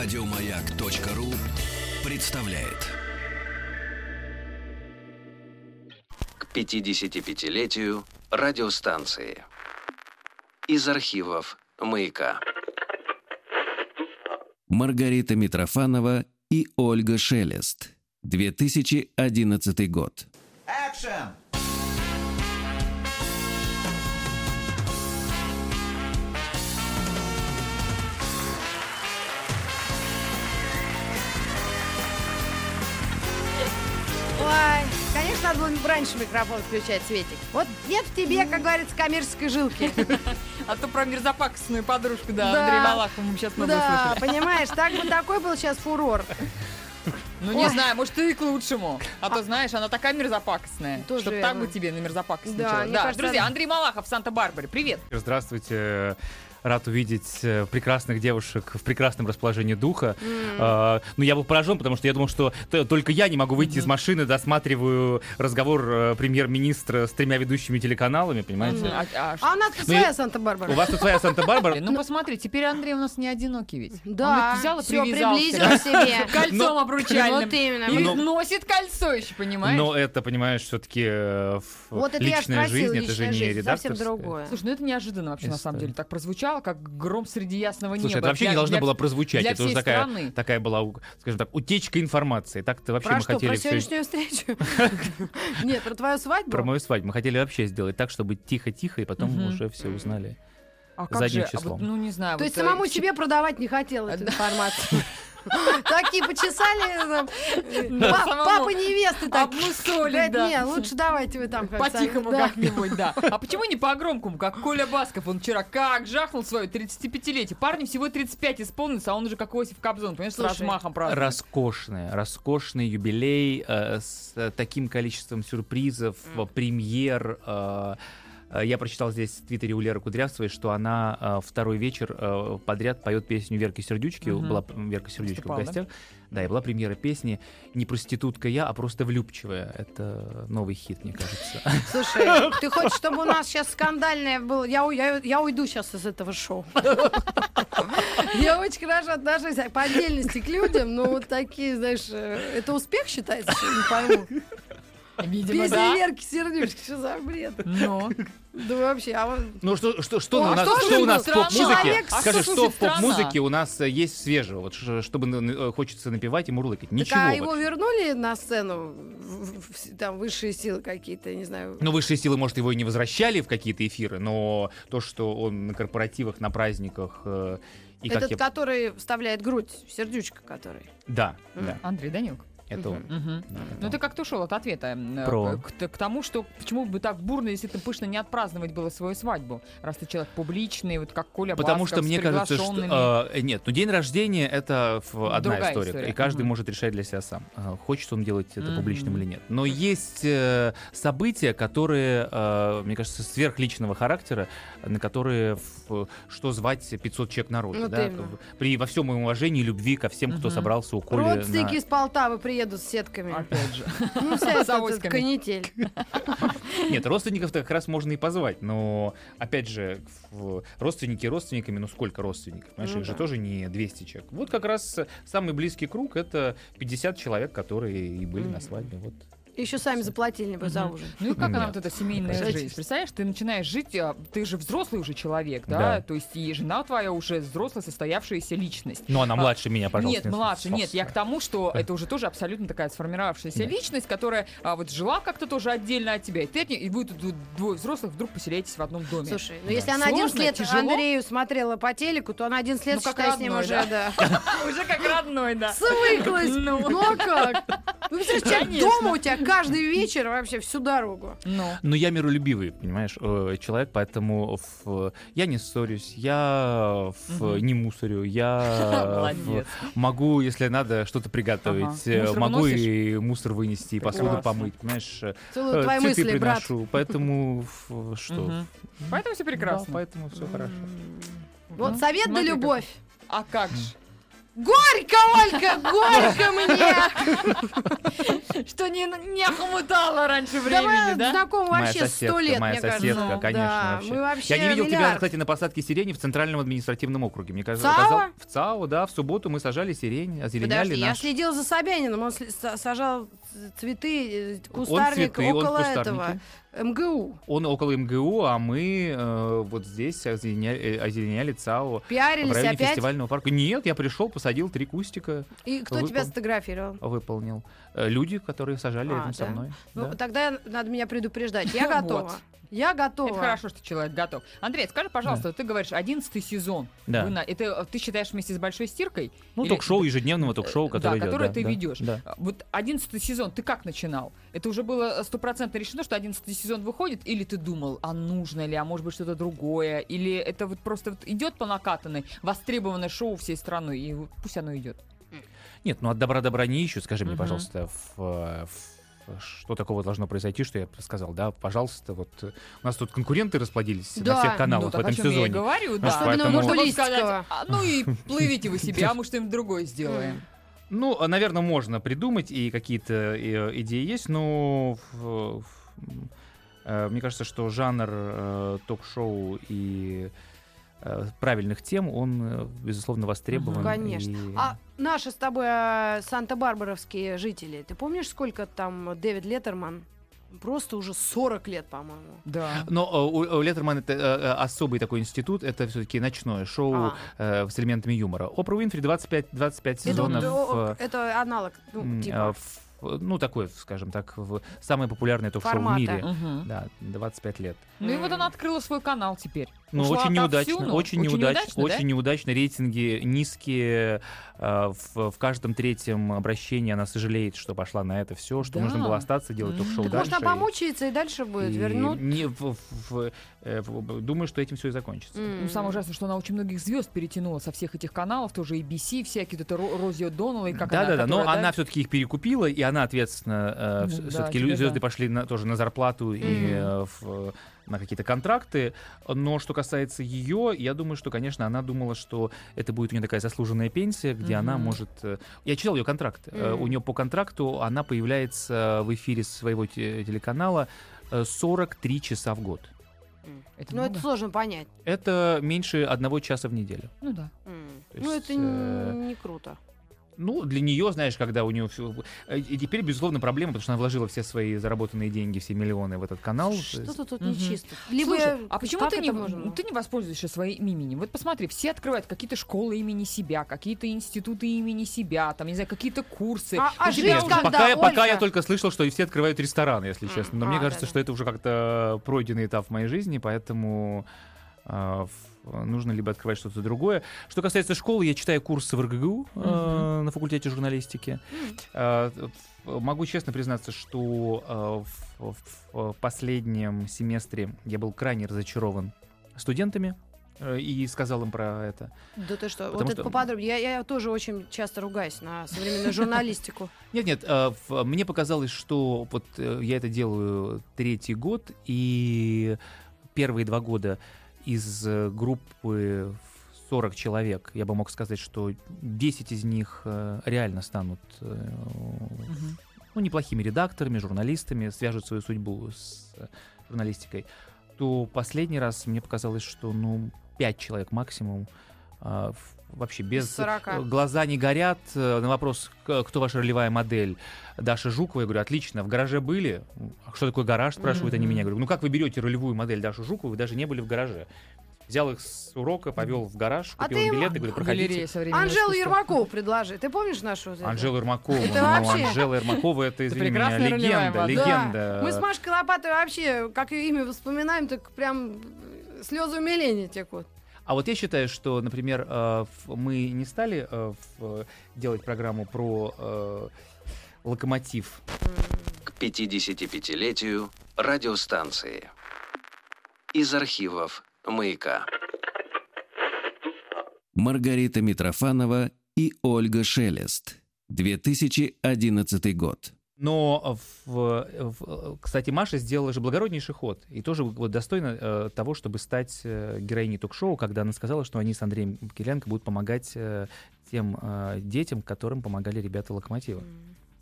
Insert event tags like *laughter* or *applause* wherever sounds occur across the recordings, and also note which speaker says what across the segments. Speaker 1: Радиомаяк.ру представляет.
Speaker 2: К 55-летию радиостанции. Из архивов «Маяка».
Speaker 3: Маргарита Митрофанова и Ольга Шелест. 2011 год.
Speaker 4: Action!
Speaker 5: Ой, конечно, надо было раньше микрофон включать, Светик. Вот нет в тебе, как говорится, коммерческой *laughs* жилки.
Speaker 6: А то про мерзопакостную подружку, да,
Speaker 5: Да.
Speaker 6: Андрей Малахов мы сейчас много
Speaker 5: Да,
Speaker 6: слышали.
Speaker 5: понимаешь, так бы такой был сейчас фурор.
Speaker 6: Ну, не
Speaker 5: Ой.
Speaker 6: знаю, может, и к лучшему. А то, знаешь, она такая мерзопакостная,
Speaker 5: Тоже
Speaker 6: чтобы так
Speaker 5: верно.
Speaker 6: бы тебе на мерзопакость
Speaker 5: Да,
Speaker 6: начала.
Speaker 5: мне
Speaker 6: Да,
Speaker 5: кажется,
Speaker 6: друзья,
Speaker 5: она-
Speaker 6: Андрей Малахов, Санта-Барбаре, привет.
Speaker 7: Здравствуйте. Рад увидеть э, прекрасных девушек в прекрасном расположении духа. Э, Ну, я был поражен, потому что я думал, что т- только я не могу выйти из машины, досматриваю разговор э, премьер-министра с тремя ведущими телеканалами, понимаете?
Speaker 6: А- а что-
Speaker 5: А у нас тут
Speaker 7: Ну, я-
Speaker 5: своя
Speaker 7: У
Speaker 5: Санта-Барбара.
Speaker 7: вас тут своя Санта-Барбара.
Speaker 6: Ну, посмотри, теперь Андрей у нас не одинокий ведь.
Speaker 5: Да,
Speaker 6: Он ведь взял и
Speaker 5: всё,
Speaker 6: привязался.
Speaker 5: приблизил к себе.
Speaker 7: *laughs*
Speaker 5: Ну,
Speaker 6: Кольцом обручальным.
Speaker 5: вот именно.
Speaker 6: И
Speaker 7: Но-
Speaker 6: носит кольцо еще, понимаешь?
Speaker 7: ну, Но это, понимаешь, все-таки
Speaker 5: Вот это я
Speaker 7: личная
Speaker 5: спросил,
Speaker 7: жизнь, это
Speaker 5: личная
Speaker 7: же не
Speaker 5: жизнь, совсем
Speaker 7: редакторская.
Speaker 5: другое.
Speaker 6: Слушай, ну это неожиданно вообще, на самом
Speaker 7: История.
Speaker 6: деле. Так прозвучало, как гром среди ясного неба.
Speaker 7: Слушай, это вообще
Speaker 6: Для-
Speaker 7: не должно
Speaker 6: для-
Speaker 7: было прозвучать.
Speaker 6: для
Speaker 7: это уже
Speaker 6: всей
Speaker 7: такая,
Speaker 6: страны.
Speaker 7: такая была, у- скажем так, утечка информации. Так-то вообще
Speaker 5: Про
Speaker 7: мы
Speaker 5: что,
Speaker 7: хотели
Speaker 5: про
Speaker 7: всё-
Speaker 5: сегодняшнюю встречу?
Speaker 7: *laughs*
Speaker 5: Нет, про твою
Speaker 7: Про
Speaker 5: свадьбу?
Speaker 7: мою свадьбу. Мы хотели вообще сделать так, чтобы тихо-тихо, и потом
Speaker 6: Мгм.
Speaker 7: уже все узнали.
Speaker 6: А как
Speaker 7: задним
Speaker 6: же, а вот,
Speaker 7: числом.
Speaker 6: ну не знаю.
Speaker 5: То есть
Speaker 6: вот, э,
Speaker 5: самому себе продавать не хотел эту
Speaker 6: Да.
Speaker 5: информацию. *laughs* Такие почесали э,
Speaker 6: Да,
Speaker 5: пап-
Speaker 6: самому.
Speaker 5: папы невесты так.
Speaker 6: Обмусолить,
Speaker 5: Говорят,
Speaker 6: да.
Speaker 5: Не, лучше давайте вы там как-то
Speaker 6: По-тихому
Speaker 5: сами». Да.
Speaker 6: как-нибудь, да. А почему не по-громкому, как Коля Басков? Он вчера как жахнул свое 35-летие. Парню всего 35 исполнится, а он уже как Осип Кобзон, понимаешь, сразу
Speaker 5: Слушай,
Speaker 6: махом празднует.
Speaker 7: Роскошное, роскошный юбилей э, с э, таким количеством сюрпризов, э, премьер. э, э, я прочитал здесь в Твиттере у Леры Кудрявцевой, что она э, второй вечер э, подряд поет песню Верки Сердючки.
Speaker 6: Мгм.
Speaker 7: Была м, Верка Сердючка
Speaker 6: Выступала,
Speaker 7: в гостях. Да? и была премьера песни «Не проститутка я, а просто влюбчивая». Это новый хит, мне кажется.
Speaker 5: Слушай, ты хочешь, чтобы у нас сейчас скандальное было? Я, у- я, я уйду сейчас из этого шоу. *laughs* Я очень хорошо отношусь по отдельности к людям, но вот такие, знаешь, э, это успех считается, что ли? не пойму.
Speaker 6: Видимо,
Speaker 5: Без
Speaker 6: да.
Speaker 5: Верки Сердючки, что за бред?
Speaker 6: Ну,
Speaker 5: Да вообще, а вот...
Speaker 7: Ну что, что, что,
Speaker 6: А
Speaker 7: у нас,
Speaker 6: что
Speaker 7: что,
Speaker 6: же
Speaker 7: у нас в
Speaker 6: страна?
Speaker 7: поп-музыке?
Speaker 5: Человек,
Speaker 6: а
Speaker 7: Скажи,
Speaker 6: что
Speaker 7: что в
Speaker 6: слушает страна?
Speaker 7: поп-музыке у нас э, есть свежего, вот ш- что бы на- э, хочется напевать и мурлыкать?
Speaker 5: Так,
Speaker 7: Ничего.
Speaker 5: а
Speaker 7: вообще.
Speaker 5: его вернули на сцену, В- в- в- там высшие силы какие-то, не знаю.
Speaker 7: Ну, высшие силы, может, его и не возвращали в какие-то эфиры, но то, что он на корпоративах, на праздниках э, и как
Speaker 5: Этот,
Speaker 7: я...
Speaker 5: который вставляет грудь, сердючка который.
Speaker 7: Да,
Speaker 5: М.
Speaker 7: да,
Speaker 6: Андрей Данюк.
Speaker 7: это он.
Speaker 6: Мгм.
Speaker 7: Да, это
Speaker 6: Ну
Speaker 7: он.
Speaker 6: ты как-то ушел от ответа э,
Speaker 7: Про.
Speaker 6: к, к- к тому, что почему бы так бурно, если ты пышно не отпраздновать было свою свадьбу, раз ты человек публичный, вот как Коля
Speaker 7: Потому
Speaker 6: Басков
Speaker 7: что
Speaker 6: с
Speaker 7: мне кажется,
Speaker 6: приглашенными.
Speaker 7: что... э, нет, ну день рождения это ф- одна
Speaker 6: Другая
Speaker 7: история,
Speaker 6: история.
Speaker 7: и каждый
Speaker 6: Мгм.
Speaker 7: может решать для себя сам, э, хочет он делать это
Speaker 6: Мгм.
Speaker 7: публичным или нет. Но есть э, события, которые, э, мне кажется, сверхличного характера, на которые ф- что звать 500 человек народу,
Speaker 5: Вот
Speaker 7: да?
Speaker 5: именно.
Speaker 7: При во всем моем уважении и любви ко всем, кто
Speaker 6: Мгм.
Speaker 7: собрался у Коли. на-
Speaker 5: Родственники из Полтавы приедут с сетками.
Speaker 6: Опять же.
Speaker 5: Ну,
Speaker 6: *laughs*
Speaker 5: вся
Speaker 6: С
Speaker 5: эта эта
Speaker 6: авоськами.
Speaker 5: канитель.
Speaker 7: Нет, родственников-то как раз можно и позвать, но, опять же, в- родственники родственниками, ну сколько родственников? Понимаешь,
Speaker 5: Ну
Speaker 7: их же
Speaker 5: да.
Speaker 7: тоже не 200 человек. Вот как раз самый близкий круг — это 50 человек, которые и были на
Speaker 5: Мгм.
Speaker 7: свадьбе. Вот.
Speaker 5: Еще сами заплатили бы за
Speaker 6: Мгм.
Speaker 5: ужин.
Speaker 6: Ну и как она
Speaker 7: Нет.
Speaker 6: вот эта семейная
Speaker 5: Простите.
Speaker 6: жизнь? Представляешь, ты начинаешь жить, а ты же взрослый уже человек, да?
Speaker 7: Да.
Speaker 6: То есть и жена твоя уже взрослая состоявшаяся личность.
Speaker 7: Ну, она
Speaker 6: А,
Speaker 7: младше меня, пожалуйста.
Speaker 6: нет, младше, нет, я к тому, что
Speaker 7: Да.
Speaker 6: это уже тоже абсолютно такая сформировавшаяся
Speaker 7: Да.
Speaker 6: личность, которая а, вот жила как-то тоже отдельно от тебя, и ты от нее, и вы тут двое взрослых вдруг поселяетесь в одном доме.
Speaker 5: Слушай, ну
Speaker 7: Да.
Speaker 5: если она 11
Speaker 6: Сложно,
Speaker 5: лет
Speaker 6: тяжело.
Speaker 5: Андрею смотрела по телеку, то она 11 лет,
Speaker 6: Ну, как
Speaker 5: считай, с ним
Speaker 6: родной,
Speaker 5: уже, да.
Speaker 6: ну, уже как родной, *laughs* да.
Speaker 5: Свыклась!
Speaker 6: Ну.
Speaker 5: Ну а как? Ну, представляешь,
Speaker 6: Конечно.
Speaker 5: дома у тебя каждый вечер вообще всю дорогу.
Speaker 6: *laughs* Ну.
Speaker 7: Но я миролюбивый, понимаешь, э, человек, поэтому в- я не ссорюсь, я в-
Speaker 6: Мгм.
Speaker 7: не мусорю,
Speaker 6: *laughs*
Speaker 7: я в-
Speaker 6: Молодец.
Speaker 7: могу, если надо, что-то приготовить, э,
Speaker 6: Мусор
Speaker 7: могу и мусор вынести, и посуду
Speaker 6: классно.
Speaker 7: помыть, понимаешь, э,
Speaker 5: Целую
Speaker 7: Э,
Speaker 5: твои
Speaker 7: цветы
Speaker 5: мысли, брат.
Speaker 7: приношу, поэтому ф- что?
Speaker 6: Мгм. Поэтому все прекрасно.
Speaker 7: Да, поэтому все хорошо.
Speaker 5: Вот
Speaker 6: Ну,
Speaker 5: совет да
Speaker 6: смотри, как-
Speaker 5: любовь.
Speaker 6: А как же?
Speaker 5: Горько, Ольга, горько мне!
Speaker 6: Что не, не охмутало раньше
Speaker 5: Давай
Speaker 6: времени, да?
Speaker 5: знакомы Ну, вообще сто лет,
Speaker 7: моя
Speaker 5: мне кажется. Ну
Speaker 7: соседка,
Speaker 5: Да,
Speaker 7: конечно, вообще.
Speaker 5: Мы вообще
Speaker 7: Я не видел тебя,
Speaker 5: миллиард.
Speaker 7: кстати, на посадке сирени в Центральном административном округе. Мне кажется,
Speaker 5: ЦАО?
Speaker 7: оказал- в ЦАО, да, в субботу мы сажали сирень, озеленяли
Speaker 5: Подожди, я
Speaker 7: наш...
Speaker 5: следил за Собяниным, он сли- са- сажал ц- цветы, э,
Speaker 7: Он
Speaker 5: кустарник
Speaker 7: цветы, он
Speaker 5: около
Speaker 7: кустарники.
Speaker 5: этого, МГУ.
Speaker 7: Он около МГУ, а мы э, вот здесь озеленя- э, озеленяли, ЦАО в
Speaker 5: Пиарились
Speaker 7: районе
Speaker 5: опять.
Speaker 7: фестивального парка. Нет, я пришел, посадил три кустика,
Speaker 5: И кто
Speaker 7: выпал.
Speaker 5: тебя сфотографировал?
Speaker 7: выполнил. Э, Люди, которые сажали
Speaker 5: А,
Speaker 7: рядом со
Speaker 5: да.
Speaker 7: мной.
Speaker 5: Ну,
Speaker 7: да.
Speaker 5: тогда надо меня предупреждать.
Speaker 7: *laughs*
Speaker 5: Я
Speaker 6: Вот.
Speaker 5: готова. Я готова.
Speaker 6: Это хорошо, что человек готов. Андрей, скажи, пожалуйста, ты говоришь, 11 сезон.
Speaker 7: Да.
Speaker 6: Вы на- Это а, ты считаешь вместе с большой стиркой?
Speaker 7: Ну,
Speaker 6: Или-
Speaker 7: ток-шоу, ежедневного ток-шоу,
Speaker 6: Да,
Speaker 7: которое идет,
Speaker 6: которое
Speaker 7: да,
Speaker 6: ты
Speaker 7: да,
Speaker 6: ведешь.
Speaker 7: да.
Speaker 6: А, Вот 11 сезон, ты как начинал? Это уже было э, стопроцентно решено, что 11 сезон выходит? Или ты думал, а нужно ли, а может быть что-то другое? Или это вот просто вот идет по накатанной, востребованное шоу всей страны, и вот пусть оно идет?
Speaker 7: Нет, ну от добра добра не ищут. Скажи мне,
Speaker 6: Мгм.
Speaker 7: пожалуйста, в- э, в- что такого должно произойти, что я сказал, да, пожалуйста, вот э, у нас тут конкуренты расплодились
Speaker 5: Да,
Speaker 7: на всех каналах
Speaker 6: ну,
Speaker 7: в
Speaker 6: так
Speaker 7: этом
Speaker 6: о чем я и
Speaker 7: сезоне.
Speaker 6: говорю,
Speaker 7: А
Speaker 6: да.
Speaker 7: что Поэтому-
Speaker 6: Можно было
Speaker 5: Близкого.
Speaker 6: сказать, «А, ну и плывите вы себе, а мы что-нибудь другое
Speaker 7: *laughs*
Speaker 6: сделаем.
Speaker 7: Ну, наверное, можно придумать, и какие-то э, идеи есть, но в- в- м, э, мне кажется, что жанр э, ток-шоу и э, правильных тем, он, э, безусловно, востребован.
Speaker 6: Ну,
Speaker 5: конечно.
Speaker 7: и-
Speaker 5: А наши с тобой а, санта-барбаровские жители, ты помнишь, сколько там Дэвид Леттерман? Просто уже 40 лет, по-моему.
Speaker 6: Да.
Speaker 7: Но э, у, у Леттермана это э, э, особый такой институт, это все-таки ночное шоу
Speaker 5: А.
Speaker 7: э, с элементами юмора. Опра Уинфри 25,
Speaker 5: Это,
Speaker 7: 25
Speaker 5: вот,
Speaker 7: сезонов.
Speaker 5: о,
Speaker 7: э,
Speaker 5: это аналог, ну,
Speaker 7: м,
Speaker 5: типа.
Speaker 7: э, в- ну, такое, скажем так, в самое популярное ток-шоу в
Speaker 5: Формата.
Speaker 7: мире.
Speaker 6: Мгм.
Speaker 7: Да, 25 лет.
Speaker 6: Ну и вот она открыла свой канал теперь.
Speaker 7: Ну,
Speaker 6: Ушла
Speaker 7: очень неудачно,
Speaker 6: отовсюду.
Speaker 7: очень неудачно,
Speaker 6: да?
Speaker 7: очень неудачно. Рейтинги низкие. э, в, в каждом третьем обращении она сожалеет, что пошла на это все, что
Speaker 6: Да.
Speaker 7: нужно было остаться, делать
Speaker 6: М.
Speaker 7: ток-шоу
Speaker 5: Так
Speaker 7: дальше.
Speaker 5: может, она
Speaker 7: и-
Speaker 5: помучается и дальше будет,
Speaker 7: и
Speaker 5: вернут.
Speaker 7: не в- в- в- э, в- думаю, что этим все и закончится.
Speaker 5: М.
Speaker 6: Ну, самое ужасное, что она очень многих звезд перетянула со всех этих каналов, тоже ABC, всякие, вот это Ро- Рози О'Доннелл, и как
Speaker 7: да,
Speaker 6: она,
Speaker 7: да, да. Но
Speaker 6: которая,
Speaker 7: она все-таки их перекупила, и она э, ответственно.
Speaker 6: Ну да,
Speaker 7: все-таки
Speaker 6: тебе
Speaker 7: звезды
Speaker 6: да.
Speaker 7: пошли на, тоже на зарплату и
Speaker 6: Мгм.
Speaker 7: э, в- на какие-то контракты. Но что касается ее, я думаю, что, конечно, она думала, что это будет у нее такая заслуженная пенсия, где она
Speaker 6: Мгм.
Speaker 7: может. э, Я читал ее контракт. Э,
Speaker 5: Мгм.
Speaker 7: У нее по контракту она появляется в эфире своего те- телеканала э, 43 часа в год.
Speaker 6: Это
Speaker 5: Ну, это
Speaker 6: много?
Speaker 5: сложно понять.
Speaker 7: Это меньше одного часа в неделю.
Speaker 6: Ну да.
Speaker 5: М.
Speaker 7: То
Speaker 5: Ну,
Speaker 7: есть, э,
Speaker 5: это н- не круто.
Speaker 7: Ну, для нее, знаешь, когда у нее все... э, И теперь, безусловно, проблема, потому что она вложила все свои заработанные деньги, все миллионы в этот канал. ну, То есть-
Speaker 5: Что-то тут
Speaker 6: Мгм.
Speaker 5: нечисто. Либо
Speaker 6: Слушай, а почему
Speaker 5: как
Speaker 6: ты
Speaker 5: это
Speaker 6: не,
Speaker 5: можно
Speaker 7: ну,
Speaker 5: было?
Speaker 6: ты не воспользуешься своим именем? Вот посмотри, все открывают какие-то школы имени себя, какие-то институты имени себя, там, не знаю, какие-то курсы.
Speaker 5: А- а
Speaker 6: У тебя
Speaker 5: живём
Speaker 6: есть
Speaker 7: Нет,
Speaker 5: когда,
Speaker 7: пока, я, пока я
Speaker 5: Ольга?
Speaker 7: только слышал, что все открывают рестораны, если честно. Но
Speaker 5: а,
Speaker 7: мне кажется,
Speaker 5: да-да.
Speaker 7: что это уже как-то пройденный этап в моей жизни, поэтому а, в- нужно либо открывать что-то другое. Что касается школы, я читаю курсы в РГГУ э, на факультете журналистики. Э, в- могу честно признаться, что э, в, в- в последнем семестре я был крайне разочарован студентами э, и сказал им про это.
Speaker 5: Да ты что, вот
Speaker 7: Потому
Speaker 5: это
Speaker 7: что-
Speaker 5: поподробнее. Я, я тоже очень часто ругаюсь на современную журналистику.
Speaker 7: Нет, нет, э, в- мне показалось, что вот э, я это делаю третий год, и первые два года из э, группы в 40 человек, я бы мог сказать, что 10 из них э, реально станут э,
Speaker 6: Мгм.
Speaker 7: ну, неплохими редакторами, журналистами, свяжут свою судьбу с э, журналистикой, то последний раз мне показалось, что ну 5 человек максимум а, в- вообще без
Speaker 5: 40.
Speaker 7: э, глаза не горят э, на вопрос к- кто ваша ролевая модель Даша Жукова я говорю отлично в гараже были а что такое гараж спрашивают они
Speaker 6: Мгм.
Speaker 7: меня Я говорю ну как вы берете ролевую модель Дашу Жукову вы даже не были в гараже взял их с урока повел в гараж
Speaker 5: А
Speaker 7: купил
Speaker 5: ты
Speaker 7: им
Speaker 5: им
Speaker 7: билет и говорю проходите
Speaker 6: Галерея современного
Speaker 5: Анжелу
Speaker 6: искусства.
Speaker 5: Ермакову предложи. Ты помнишь нашу? вот эту?
Speaker 7: Анжела Ермакова
Speaker 5: Это
Speaker 7: ну,
Speaker 5: вообще-
Speaker 7: Анжела Ермакова это извини меня
Speaker 6: прекрасная ролевая
Speaker 7: легенда
Speaker 6: модель.
Speaker 5: Да.
Speaker 7: легенда
Speaker 5: Мы с Машкой Лопатой вообще, как ее имя вспоминаем, так прям э, слезы умиления текут.
Speaker 7: А вот я считаю, что, например, э, в- мы не стали э, в- э, делать программу про э, локомотив.
Speaker 2: к 55-летию радиостанции. Из архивов «Маяка».
Speaker 3: Маргарита Митрофанова и Ольга Шелест. 2011 год.
Speaker 7: Но, в- в- кстати, Маша сделала же благороднейший ход. И тоже вот достойно э, того, чтобы стать э, героиней ток-шоу, когда она сказала, что они с Андреем Кириленко будут помогать э, тем э, детям, которым помогали ребята Локомотива.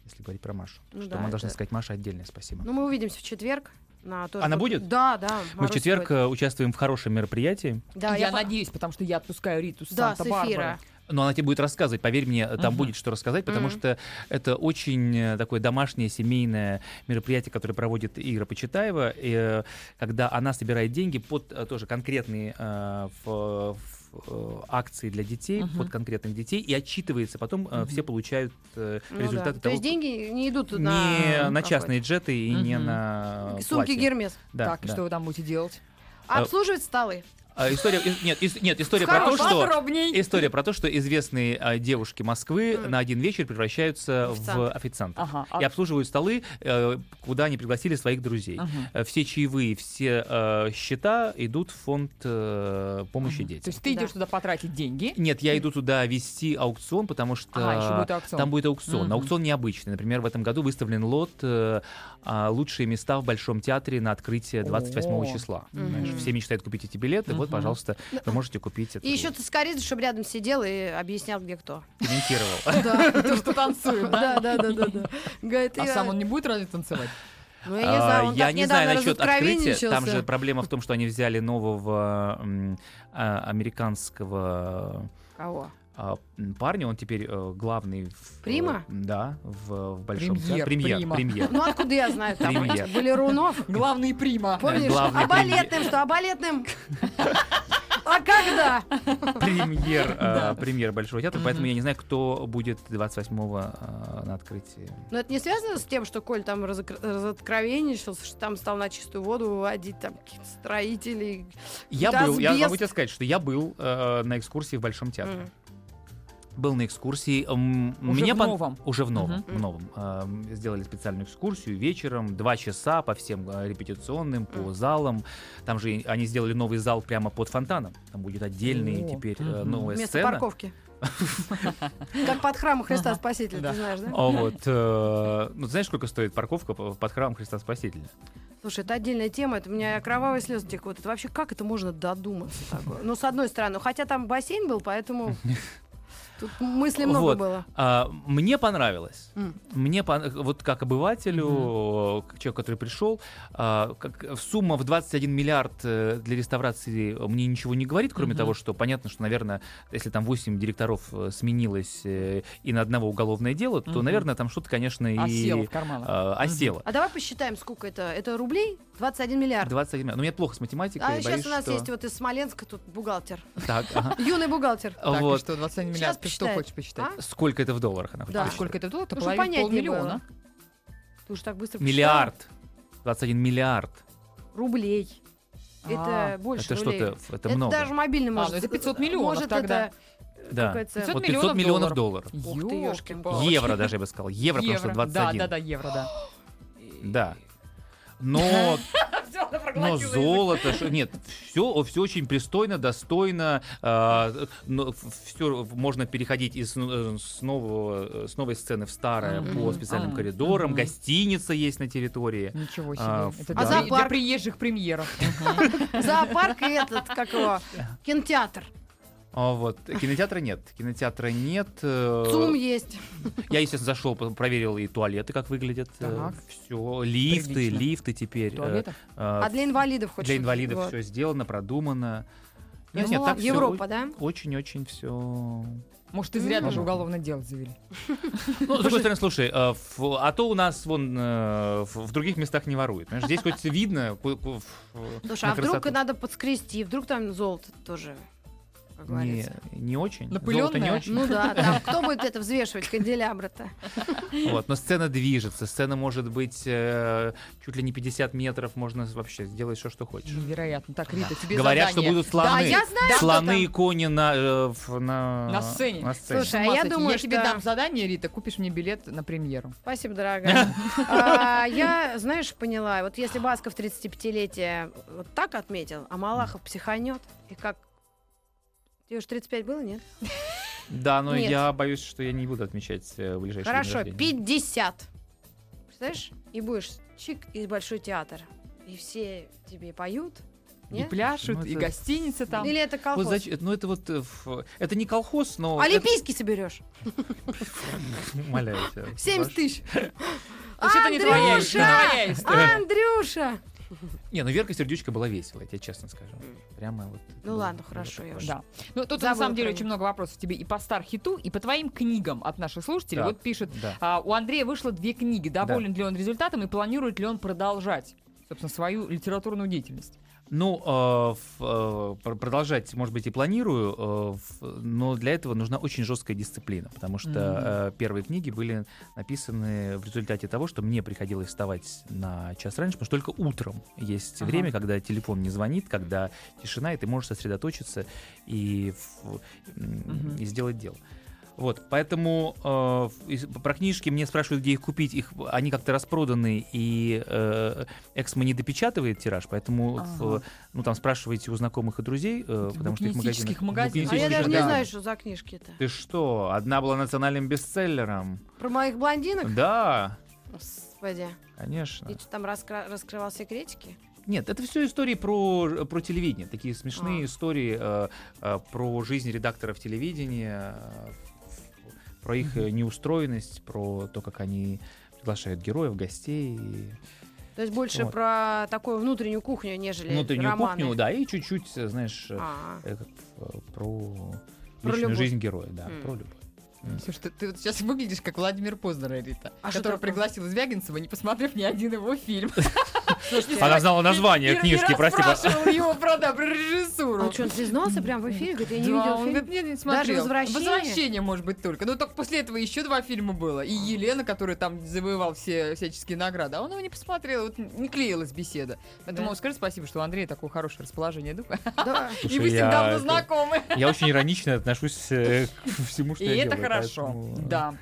Speaker 7: Если говорить про Машу.
Speaker 5: Ну
Speaker 7: что
Speaker 5: да,
Speaker 7: мы должны
Speaker 5: это-
Speaker 7: сказать Маше отдельное спасибо.
Speaker 5: Ну, мы увидимся в четверг. На тоже
Speaker 7: Она будет?
Speaker 5: Да, да.
Speaker 7: мы в
Speaker 5: Маруся
Speaker 7: четверг
Speaker 5: будет.
Speaker 7: э, участвуем в хорошем мероприятии.
Speaker 5: Да,
Speaker 6: я,
Speaker 5: я, по-
Speaker 6: надеюсь, потому что я отпускаю Риту с
Speaker 5: Да, с
Speaker 6: Санта-Барбары.
Speaker 5: эфира.
Speaker 7: Но она тебе будет рассказывать, поверь мне, там
Speaker 6: Мгм.
Speaker 7: будет что рассказать, потому
Speaker 5: Мгм.
Speaker 7: что это очень э, такое домашнее семейное мероприятие, которое проводит Ира Почитаева, и, э, когда она собирает деньги под э, тоже конкретные э, в- в- э, акции для детей,
Speaker 6: Мгм.
Speaker 7: под конкретных детей, и отчитывается, потом э,
Speaker 6: Мгм.
Speaker 7: все получают э,
Speaker 5: Ну да.
Speaker 7: результаты
Speaker 5: То
Speaker 7: того,
Speaker 5: есть деньги не идут
Speaker 7: не
Speaker 5: на...
Speaker 7: на,
Speaker 5: какой-то.
Speaker 7: частные э, джеты и не
Speaker 6: Мгм.
Speaker 7: на
Speaker 5: Сумки
Speaker 7: платье.
Speaker 5: Гермес.
Speaker 7: Да,
Speaker 6: так, и
Speaker 7: да.
Speaker 6: что вы там будете делать?
Speaker 7: А-
Speaker 5: Обслуживать столы.
Speaker 7: А, история, и- нет, ис- нет, история про то,
Speaker 5: Хорошо,
Speaker 7: что...
Speaker 6: Подробней.
Speaker 7: История про то, что известные а, девушки Москвы
Speaker 5: Мгм.
Speaker 7: на один вечер превращаются в
Speaker 5: Официанты.
Speaker 7: официантов.
Speaker 6: Ага. а-
Speaker 7: и обслуживают столы, э, куда они пригласили своих друзей.
Speaker 6: Мгм.
Speaker 7: Э, Все чаевые, все э, счета идут в фонд э, помощи
Speaker 6: Мгм. То
Speaker 7: детям.
Speaker 6: есть ты
Speaker 5: Да.
Speaker 6: идешь туда потратить деньги,
Speaker 7: Нет, я иду туда вести аукцион, потому что
Speaker 6: а еще будет аукцион.
Speaker 7: там будет аукцион.
Speaker 6: Мгм.
Speaker 7: Аукцион необычный. Например, в этом году выставлен лот э, а, «Лучшие места в Большом театре» на открытие 28
Speaker 6: О.
Speaker 7: числа.
Speaker 5: Мгм.
Speaker 7: Знаешь, все мечтают купить эти билеты.
Speaker 6: Мгм.
Speaker 7: Вот,
Speaker 6: Ну,
Speaker 7: пожалуйста, вы можете купить это.
Speaker 5: И еще ты чтобы рядом сидел и объяснял, где
Speaker 6: *laughs*
Speaker 5: кто.
Speaker 7: комментировал.
Speaker 5: Да,
Speaker 6: То, что танцует, да?
Speaker 5: да, да, да, да, да. Говорит,
Speaker 6: А
Speaker 5: я-
Speaker 6: сам он не будет разве *laughs* танцевать?
Speaker 5: Ну, я не знаю,
Speaker 7: А,
Speaker 5: он
Speaker 7: я
Speaker 5: так
Speaker 7: не знаю
Speaker 5: недавно
Speaker 7: насчет открытия.
Speaker 5: разоткровенничался.
Speaker 7: Там же проблема в том, что они взяли нового м, а, американского
Speaker 5: Кого?
Speaker 7: а, м, парня. Он теперь э, главный. В,
Speaker 5: Прима?
Speaker 7: э, Да, в, в большом
Speaker 6: Премьер,
Speaker 7: театре. Премьер.
Speaker 6: Прима. *laughs*
Speaker 7: Премьер.
Speaker 5: Ну, откуда я знаю там
Speaker 7: Премьер.
Speaker 5: этих балерунов?
Speaker 6: Главный прима.
Speaker 5: Помнишь?
Speaker 7: Главный
Speaker 5: А балетным что? А балетным? А когда?
Speaker 7: Премьер, э, премьер Большого театра. Поэтому
Speaker 6: Мгм.
Speaker 7: я не знаю, кто будет 28-го э, на открытии.
Speaker 5: Но Ну, это не связано с тем, что Коль там разокр- разоткровенничался, что там стал на чистую воду выводить там каких-то строителей.
Speaker 7: Я
Speaker 5: Да,
Speaker 7: был, я
Speaker 5: сбес.
Speaker 7: могу тебе сказать, что я был э, на экскурсии в Большом театре.
Speaker 5: М.
Speaker 7: Был на экскурсии. м,
Speaker 6: Уже
Speaker 7: мне
Speaker 6: в
Speaker 7: пон-
Speaker 6: новом.
Speaker 7: Уже в новом.
Speaker 6: Мгм.
Speaker 7: в новом. Эм, Сделали специальную экскурсию вечером, два часа по всем э, репетиционным, по
Speaker 5: Мгм.
Speaker 7: залам. Там же и- они сделали новый зал прямо под фонтаном. Там будет отдельный
Speaker 6: О,
Speaker 7: теперь э,
Speaker 6: мгм.
Speaker 7: новая
Speaker 5: Место
Speaker 7: сцена. *laughs*
Speaker 5: парковки. Как под храмом Христа Спасителя,
Speaker 6: Да.
Speaker 5: ты знаешь, да?
Speaker 7: А вот, э, ну знаешь, сколько стоит парковка по- под храмом Христа Спасителя?
Speaker 5: Слушай, это отдельная тема, это у меня кровавые слезы текут. Это вообще как это можно додуматься такое? Ну, с одной стороны, хотя там бассейн был,
Speaker 7: *laughs*
Speaker 5: поэтому тут мыслей много
Speaker 7: Вот.
Speaker 5: было.
Speaker 7: А, мне понравилось.
Speaker 5: М.
Speaker 7: Мне пон- вот как обывателю, как человеку, который пришел, а, как сумма в 21 миллиард э, для реставрации мне ничего не говорит, кроме
Speaker 6: Мгм.
Speaker 7: того, что понятно, что, наверное, если там 8 директоров э, сменилось э, и на одного уголовное дело, то,
Speaker 6: Мгм.
Speaker 7: наверное, там что-то, конечно, и
Speaker 6: Осела А, в карманах.
Speaker 7: э, осело.
Speaker 5: А давай посчитаем, сколько это. Это рублей? 21 миллиард.
Speaker 7: 21 миллиард. Ну, мне плохо с математикой.
Speaker 5: А сейчас
Speaker 7: боюсь,
Speaker 5: у нас
Speaker 7: что-
Speaker 5: есть вот из Смоленска тут бухгалтер.
Speaker 7: Так, ага.
Speaker 5: Юный бухгалтер.
Speaker 6: Так, и
Speaker 7: Вот.
Speaker 6: что, 21
Speaker 5: Сейчас
Speaker 6: миллиард, ты что
Speaker 5: посчитаем.
Speaker 6: хочешь посчитать?
Speaker 5: А?
Speaker 7: Сколько это в долларах? она хочет
Speaker 5: Да.
Speaker 6: А
Speaker 7: посчитать?
Speaker 6: Сколько это долларов? Это
Speaker 5: Уже
Speaker 6: половина-
Speaker 5: понятнее было.
Speaker 6: полмиллиона.
Speaker 5: Ты уж так быстро
Speaker 7: Миллиард. 21 миллиард.
Speaker 5: посчитала. Рублей.
Speaker 6: А,
Speaker 5: Это больше
Speaker 7: Это
Speaker 5: рублей.
Speaker 7: что-то, это много.
Speaker 5: даже мобильный
Speaker 6: А,
Speaker 5: может.
Speaker 6: ну это 500 миллионов
Speaker 5: может,
Speaker 6: тогда.
Speaker 5: это
Speaker 7: Да.
Speaker 5: какая-то-
Speaker 6: 500
Speaker 7: Вот 500 миллионов
Speaker 6: миллионов
Speaker 7: долларов.
Speaker 5: Ух ты, ёшкин
Speaker 6: Ёлки-палки.
Speaker 5: Очень.
Speaker 7: Евро даже, я бы сказал. Евро,
Speaker 6: Евро.
Speaker 7: потому что
Speaker 6: Да,
Speaker 7: 21.
Speaker 6: да, да, евро,
Speaker 5: *laughs*
Speaker 6: да.
Speaker 7: Да.
Speaker 6: *laughs*
Speaker 7: Но,
Speaker 6: Всё, она
Speaker 7: но
Speaker 6: проглотила язык.
Speaker 7: золото, шо- нет, все, все очень пристойно, достойно, а, но все можно переходить из э, с, нового, э, с новой сцены в старое
Speaker 6: Мгм.
Speaker 7: по специальным
Speaker 6: Мгм.
Speaker 7: коридорам,
Speaker 6: Мгм.
Speaker 7: гостиница есть на территории.
Speaker 6: Ничего себе.
Speaker 7: А,
Speaker 6: это
Speaker 7: да.
Speaker 6: для- для,
Speaker 5: зоопарк?
Speaker 6: приезжих премьеров.
Speaker 5: зоопарк и этот, как
Speaker 7: *laughs*
Speaker 5: его, кинотеатр.
Speaker 7: А вот кинотеатра нет, кинотеатра нет. э,
Speaker 5: ЦУМ есть.
Speaker 7: Я, естественно, зашел, по- проверил и туалеты, как выглядят.
Speaker 6: Так.
Speaker 7: Все, лифты,
Speaker 6: Прилично.
Speaker 7: лифты теперь. э,
Speaker 6: Туалетов.
Speaker 7: э,
Speaker 5: А для инвалидов хоть
Speaker 7: для
Speaker 5: что-то.
Speaker 7: инвалидов
Speaker 5: Вот.
Speaker 7: все сделано, продумано.
Speaker 5: Ну,
Speaker 7: Нет, нет, так всё
Speaker 5: Европа, да?
Speaker 7: Очень-очень все.
Speaker 6: Может, и зря
Speaker 5: М.
Speaker 6: даже уголовное дело завели.
Speaker 7: Ну, с другой стороны, слушай, э, в- а то у нас вон э, в в других местах не воруют. Понимаешь, здесь хоть видно. ку- ку- в-
Speaker 5: Слушай,
Speaker 7: на
Speaker 5: а вдруг
Speaker 7: красоту.
Speaker 5: надо подскрести, вдруг там золото тоже, как
Speaker 7: не,
Speaker 5: говорится.
Speaker 7: не очень.
Speaker 6: Напылённое?
Speaker 7: Золото не очень.
Speaker 5: Ну
Speaker 7: *laughs*
Speaker 5: да, там кто будет это взвешивать, канделябра-то?
Speaker 7: Вот, но сцена движется. Сцена может быть э, чуть ли не 50 метров. Можно вообще сделать все, что хочешь.
Speaker 6: Невероятно. Так, Рита, тебе
Speaker 7: Э, Говорят,
Speaker 6: задание.
Speaker 7: что будут слоны.
Speaker 5: Да, я знаю, кто
Speaker 7: слоны и
Speaker 5: там.
Speaker 7: кони на, э, в- на,
Speaker 6: На сцене.
Speaker 7: на
Speaker 5: Слушай, а
Speaker 6: Масло,
Speaker 5: я
Speaker 6: если
Speaker 5: думаю,
Speaker 6: я тебе
Speaker 5: что-
Speaker 6: дам задание, Рита, купишь мне билет на премьеру.
Speaker 5: Спасибо,
Speaker 7: *laughs*
Speaker 5: дорогая. А, Я, знаешь, поняла, вот если Басков 35-летие вот так отметил, а Малахов психанет, и как... Тебе уже 35 было, нет?
Speaker 7: Да, но
Speaker 5: Нет.
Speaker 7: я боюсь, что я не буду отмечать э, ближайшие дни
Speaker 5: Хорошо,
Speaker 7: рождения.
Speaker 5: 50. представляешь, и будешь чик и большой театр. И все тебе поют.
Speaker 6: И
Speaker 5: Нет?
Speaker 6: пляшут,
Speaker 7: Ну,
Speaker 6: и
Speaker 7: это-
Speaker 6: гостиница там.
Speaker 5: Или это колхоз?
Speaker 7: Вот зач- ну это вот, э, ф- это не колхоз, но... это-
Speaker 5: Олимпийский соберешь.
Speaker 7: *laughs* Умоляю
Speaker 5: *laughs*
Speaker 7: тебя.
Speaker 6: *laughs*
Speaker 5: 70 тысяч.
Speaker 6: То есть это Ну, не твоя история, не твоя история.
Speaker 5: Андрюша!
Speaker 7: Не, ну Верка Сердючка была весело, я тебе честно скажу. Прямо вот. это
Speaker 5: Ну
Speaker 7: было-
Speaker 5: ладно,
Speaker 7: было
Speaker 5: хорошо, я
Speaker 7: такое.
Speaker 5: уже.
Speaker 6: Да. Ну, тут
Speaker 5: Забыла
Speaker 6: на самом деле
Speaker 5: про
Speaker 6: очень
Speaker 5: них.
Speaker 6: много вопросов тебе и по Стархиту, и по твоим книгам от наших слушателей.
Speaker 7: Так,
Speaker 6: Вот пишет,
Speaker 7: да.
Speaker 6: а, у Андрея вышло две книги. Доволен ли он результатом и планирует ли он продолжать, собственно, свою литературную деятельность?
Speaker 7: Ну, э, в- э, пр- продолжать, может быть, и планирую, э, в- но для этого нужна очень жесткая дисциплина, потому что
Speaker 6: Мгм.
Speaker 7: э, первые книги были написаны в результате того, что мне приходилось вставать на час раньше, потому что только утром есть
Speaker 6: Ага.
Speaker 7: время, когда телефон не звонит, когда тишина, и ты можешь сосредоточиться и, в- м,
Speaker 6: Мгм.
Speaker 7: и сделать дело. Вот, поэтому э, в- из- про книжки мне спрашивают, где их купить. Их, они как-то распроданы, и э, Эксмо не допечатывает тираж, поэтому
Speaker 6: Ага.
Speaker 7: в- ну там спрашивайте у знакомых и друзей, э,
Speaker 6: В
Speaker 7: потому что их в
Speaker 6: букинистических
Speaker 7: магазинах.
Speaker 6: магазинах.
Speaker 7: в
Speaker 5: А я
Speaker 7: букинистических
Speaker 5: даже не
Speaker 7: магазинах.
Speaker 5: знаю, что за книжки-то.
Speaker 7: Ты что? Одна была национальным бестселлером.
Speaker 5: Про моих блондинок?
Speaker 7: Да,
Speaker 5: Господи.
Speaker 7: конечно.
Speaker 5: И что там раскра- раскрывал секретики?
Speaker 7: Нет, это все истории про, про телевидение. Такие смешные
Speaker 5: А.
Speaker 7: истории э, э, про жизнь редакторов телевидения, э, в- про их э, неустроенность, про то, как они приглашают героев, гостей.
Speaker 5: То есть больше
Speaker 7: Вот.
Speaker 5: про такую внутреннюю кухню, нежели
Speaker 7: Внутреннюю
Speaker 5: романы.
Speaker 7: кухню, да, и чуть-чуть, э, знаешь, э,
Speaker 5: А,
Speaker 7: э, как, э, про,
Speaker 5: Про
Speaker 7: личную
Speaker 5: любовь.
Speaker 7: жизнь героя, да,
Speaker 5: М.
Speaker 7: про любовь.
Speaker 6: Слушай, ты, ты вот сейчас выглядишь как Владимир Познер, Рита,
Speaker 5: А что
Speaker 6: который
Speaker 5: такое?
Speaker 6: пригласил Звягинцева, не посмотрев ни один его фильм. А.
Speaker 7: Она знала название
Speaker 6: И- и
Speaker 7: книжки, прости.
Speaker 6: расспрашивал его про, да, про режиссуру.
Speaker 5: А что, он признался прям в эфире? Говорит, я не
Speaker 6: Да,
Speaker 5: видел
Speaker 6: он
Speaker 5: фильм.
Speaker 6: говорит, нет, не смотрел.
Speaker 5: «Возвращение»?
Speaker 6: «Возвращение», может быть, только. Но только после этого еще два фильма было. И Елена, которая там завоевал все всяческие награды. А он его не посмотрел, вот не клеилась беседа. Поэтому
Speaker 5: Да.
Speaker 6: скажи спасибо, что у Андрея такое хорошее расположение духа.
Speaker 5: Да.
Speaker 7: Слушай,
Speaker 6: и вы с ним
Speaker 7: я
Speaker 6: давно
Speaker 7: это-
Speaker 6: знакомы.
Speaker 7: Я очень иронично отношусь э, к всему, что
Speaker 6: И
Speaker 7: я
Speaker 6: это
Speaker 7: делаю,
Speaker 6: хорошо.
Speaker 7: поэтому- э,
Speaker 6: Да.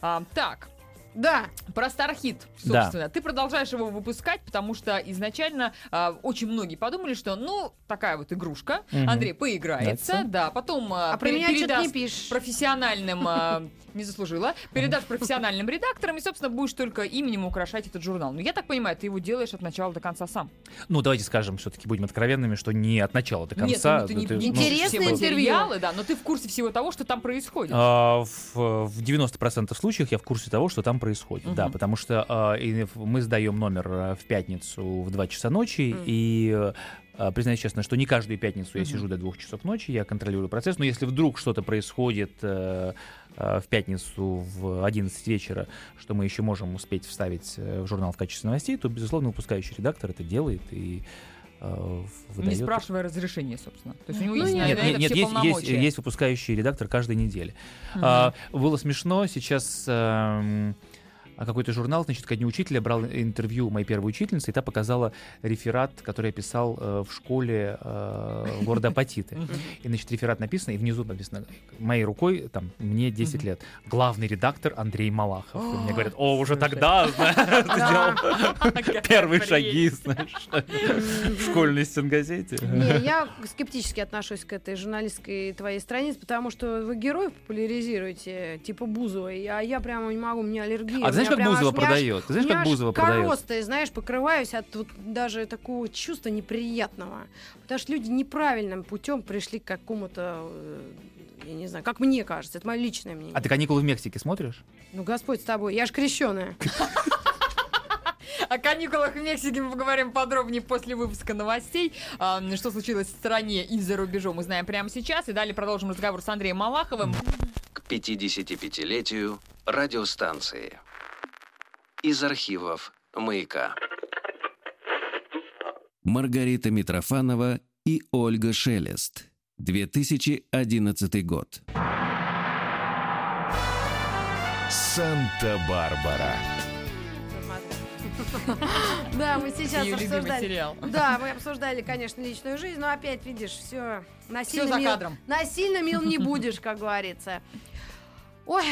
Speaker 6: А, так,
Speaker 5: Да.
Speaker 6: Про Стархит,
Speaker 7: Да.
Speaker 6: собственно. Ты продолжаешь его выпускать, потому что изначально а, очень многие подумали, что, ну, такая вот игрушка.
Speaker 7: Мгм.
Speaker 6: Андрей поиграется,
Speaker 7: Нравится.
Speaker 6: да, потом а,
Speaker 5: А про
Speaker 6: пере-
Speaker 5: меня что-то
Speaker 6: передаст
Speaker 5: не пишешь.
Speaker 6: профессиональным, а, не заслужила, передашь профессиональным редакторам и, собственно, будешь только именем украшать этот журнал. Но я так понимаю, ты его делаешь от начала до конца сам.
Speaker 7: Ну, давайте скажем, все-таки будем откровенными, что не от начала до
Speaker 6: Нет,
Speaker 7: конца.
Speaker 6: ну, ты
Speaker 7: ну,
Speaker 6: не,
Speaker 7: ты-
Speaker 6: не
Speaker 7: ну,
Speaker 6: пишешь все
Speaker 5: Интересное интервью.
Speaker 6: материалы, да, но ты в курсе всего того, что там происходит.
Speaker 7: а, в, в 90% случаев я в курсе того, что там происходит. Да,
Speaker 6: Мгм.
Speaker 7: потому что а, и в- мы сдаем номер а, в пятницу в 2 часа ночи,
Speaker 5: Мгм.
Speaker 7: и а, признаюсь честно, что не каждую пятницу я
Speaker 6: Мгм.
Speaker 7: сижу до 2 часов ночи, я контролирую процесс, но если вдруг что-то происходит э, э, в пятницу в 11 вечера, что мы еще можем успеть вставить э, в журнал в качестве новостей, то, безусловно, выпускающий редактор это делает и э,
Speaker 6: не
Speaker 7: выдает.
Speaker 6: спрашивая разрешения, собственно. То есть у него
Speaker 5: Ну,
Speaker 6: есть на
Speaker 7: Нет,
Speaker 6: это
Speaker 7: нет, нет,
Speaker 6: все
Speaker 7: есть, есть,
Speaker 6: полномочия. *laughs*
Speaker 7: есть выпускающий редактор каждой недели.
Speaker 6: Мгм.
Speaker 7: А, было смешно, сейчас эм, а какой-то журнал, значит, ко дню учителя брал интервью у моей первой учительницы, и та показала реферат, который я писал э, в школе э, города Апатиты.
Speaker 6: Мгм.
Speaker 7: И, значит, реферат написано, и внизу написано моей рукой, там, мне 10 лет, главный редактор Андрей Малахов. И мне говорят, о, уже
Speaker 6: Слушай.
Speaker 7: тогда, знаешь, ты сделал *laughs* первые
Speaker 6: Какая
Speaker 7: шаги, знаешь, в школьной стенгазете. *laughs*
Speaker 5: Не, я скептически отношусь к этой журналистской твоей странице, потому что вы героев популяризируете, типа Бузова, и- а я прямо не могу, у меня аллергия.
Speaker 7: А ты
Speaker 5: У меня
Speaker 7: знаешь, как
Speaker 5: прям аж-
Speaker 7: Бузова
Speaker 5: у меня аж-
Speaker 7: продает? Ты знаешь,
Speaker 5: у меня
Speaker 7: как
Speaker 5: аж
Speaker 7: Бузова продает?
Speaker 5: коростые, знаешь, покрываюсь от вот даже такого чувства неприятного. Потому что люди неправильным путем пришли к какому-то, э, я не знаю, как мне кажется, это мое личное мнение.
Speaker 7: А ты каникулы в Мексике смотришь?
Speaker 5: Ну, Господь с тобой, я ж крещеная.
Speaker 6: О каникулах в Мексике мы поговорим подробнее после выпуска новостей. А, Что случилось в стране и за рубежом, мы знаем прямо сейчас. И далее продолжим разговор с Андреем Малаховым.
Speaker 2: к 55-летию радиостанции. Из архивов «Маяка».
Speaker 3: Маргарита Митрофанова и Ольга Шелест. 2011 год.
Speaker 1: Санта-Барбара.
Speaker 5: *laughs* Да, мы сейчас
Speaker 6: Ее любимый
Speaker 5: обсуждали.
Speaker 6: сериал.
Speaker 5: Да, мы обсуждали, конечно, личную жизнь, но опять, видишь, все насильно
Speaker 6: за
Speaker 5: мил,
Speaker 6: кадром. *laughs*
Speaker 5: Насильно мил не будешь, как говорится. Ой,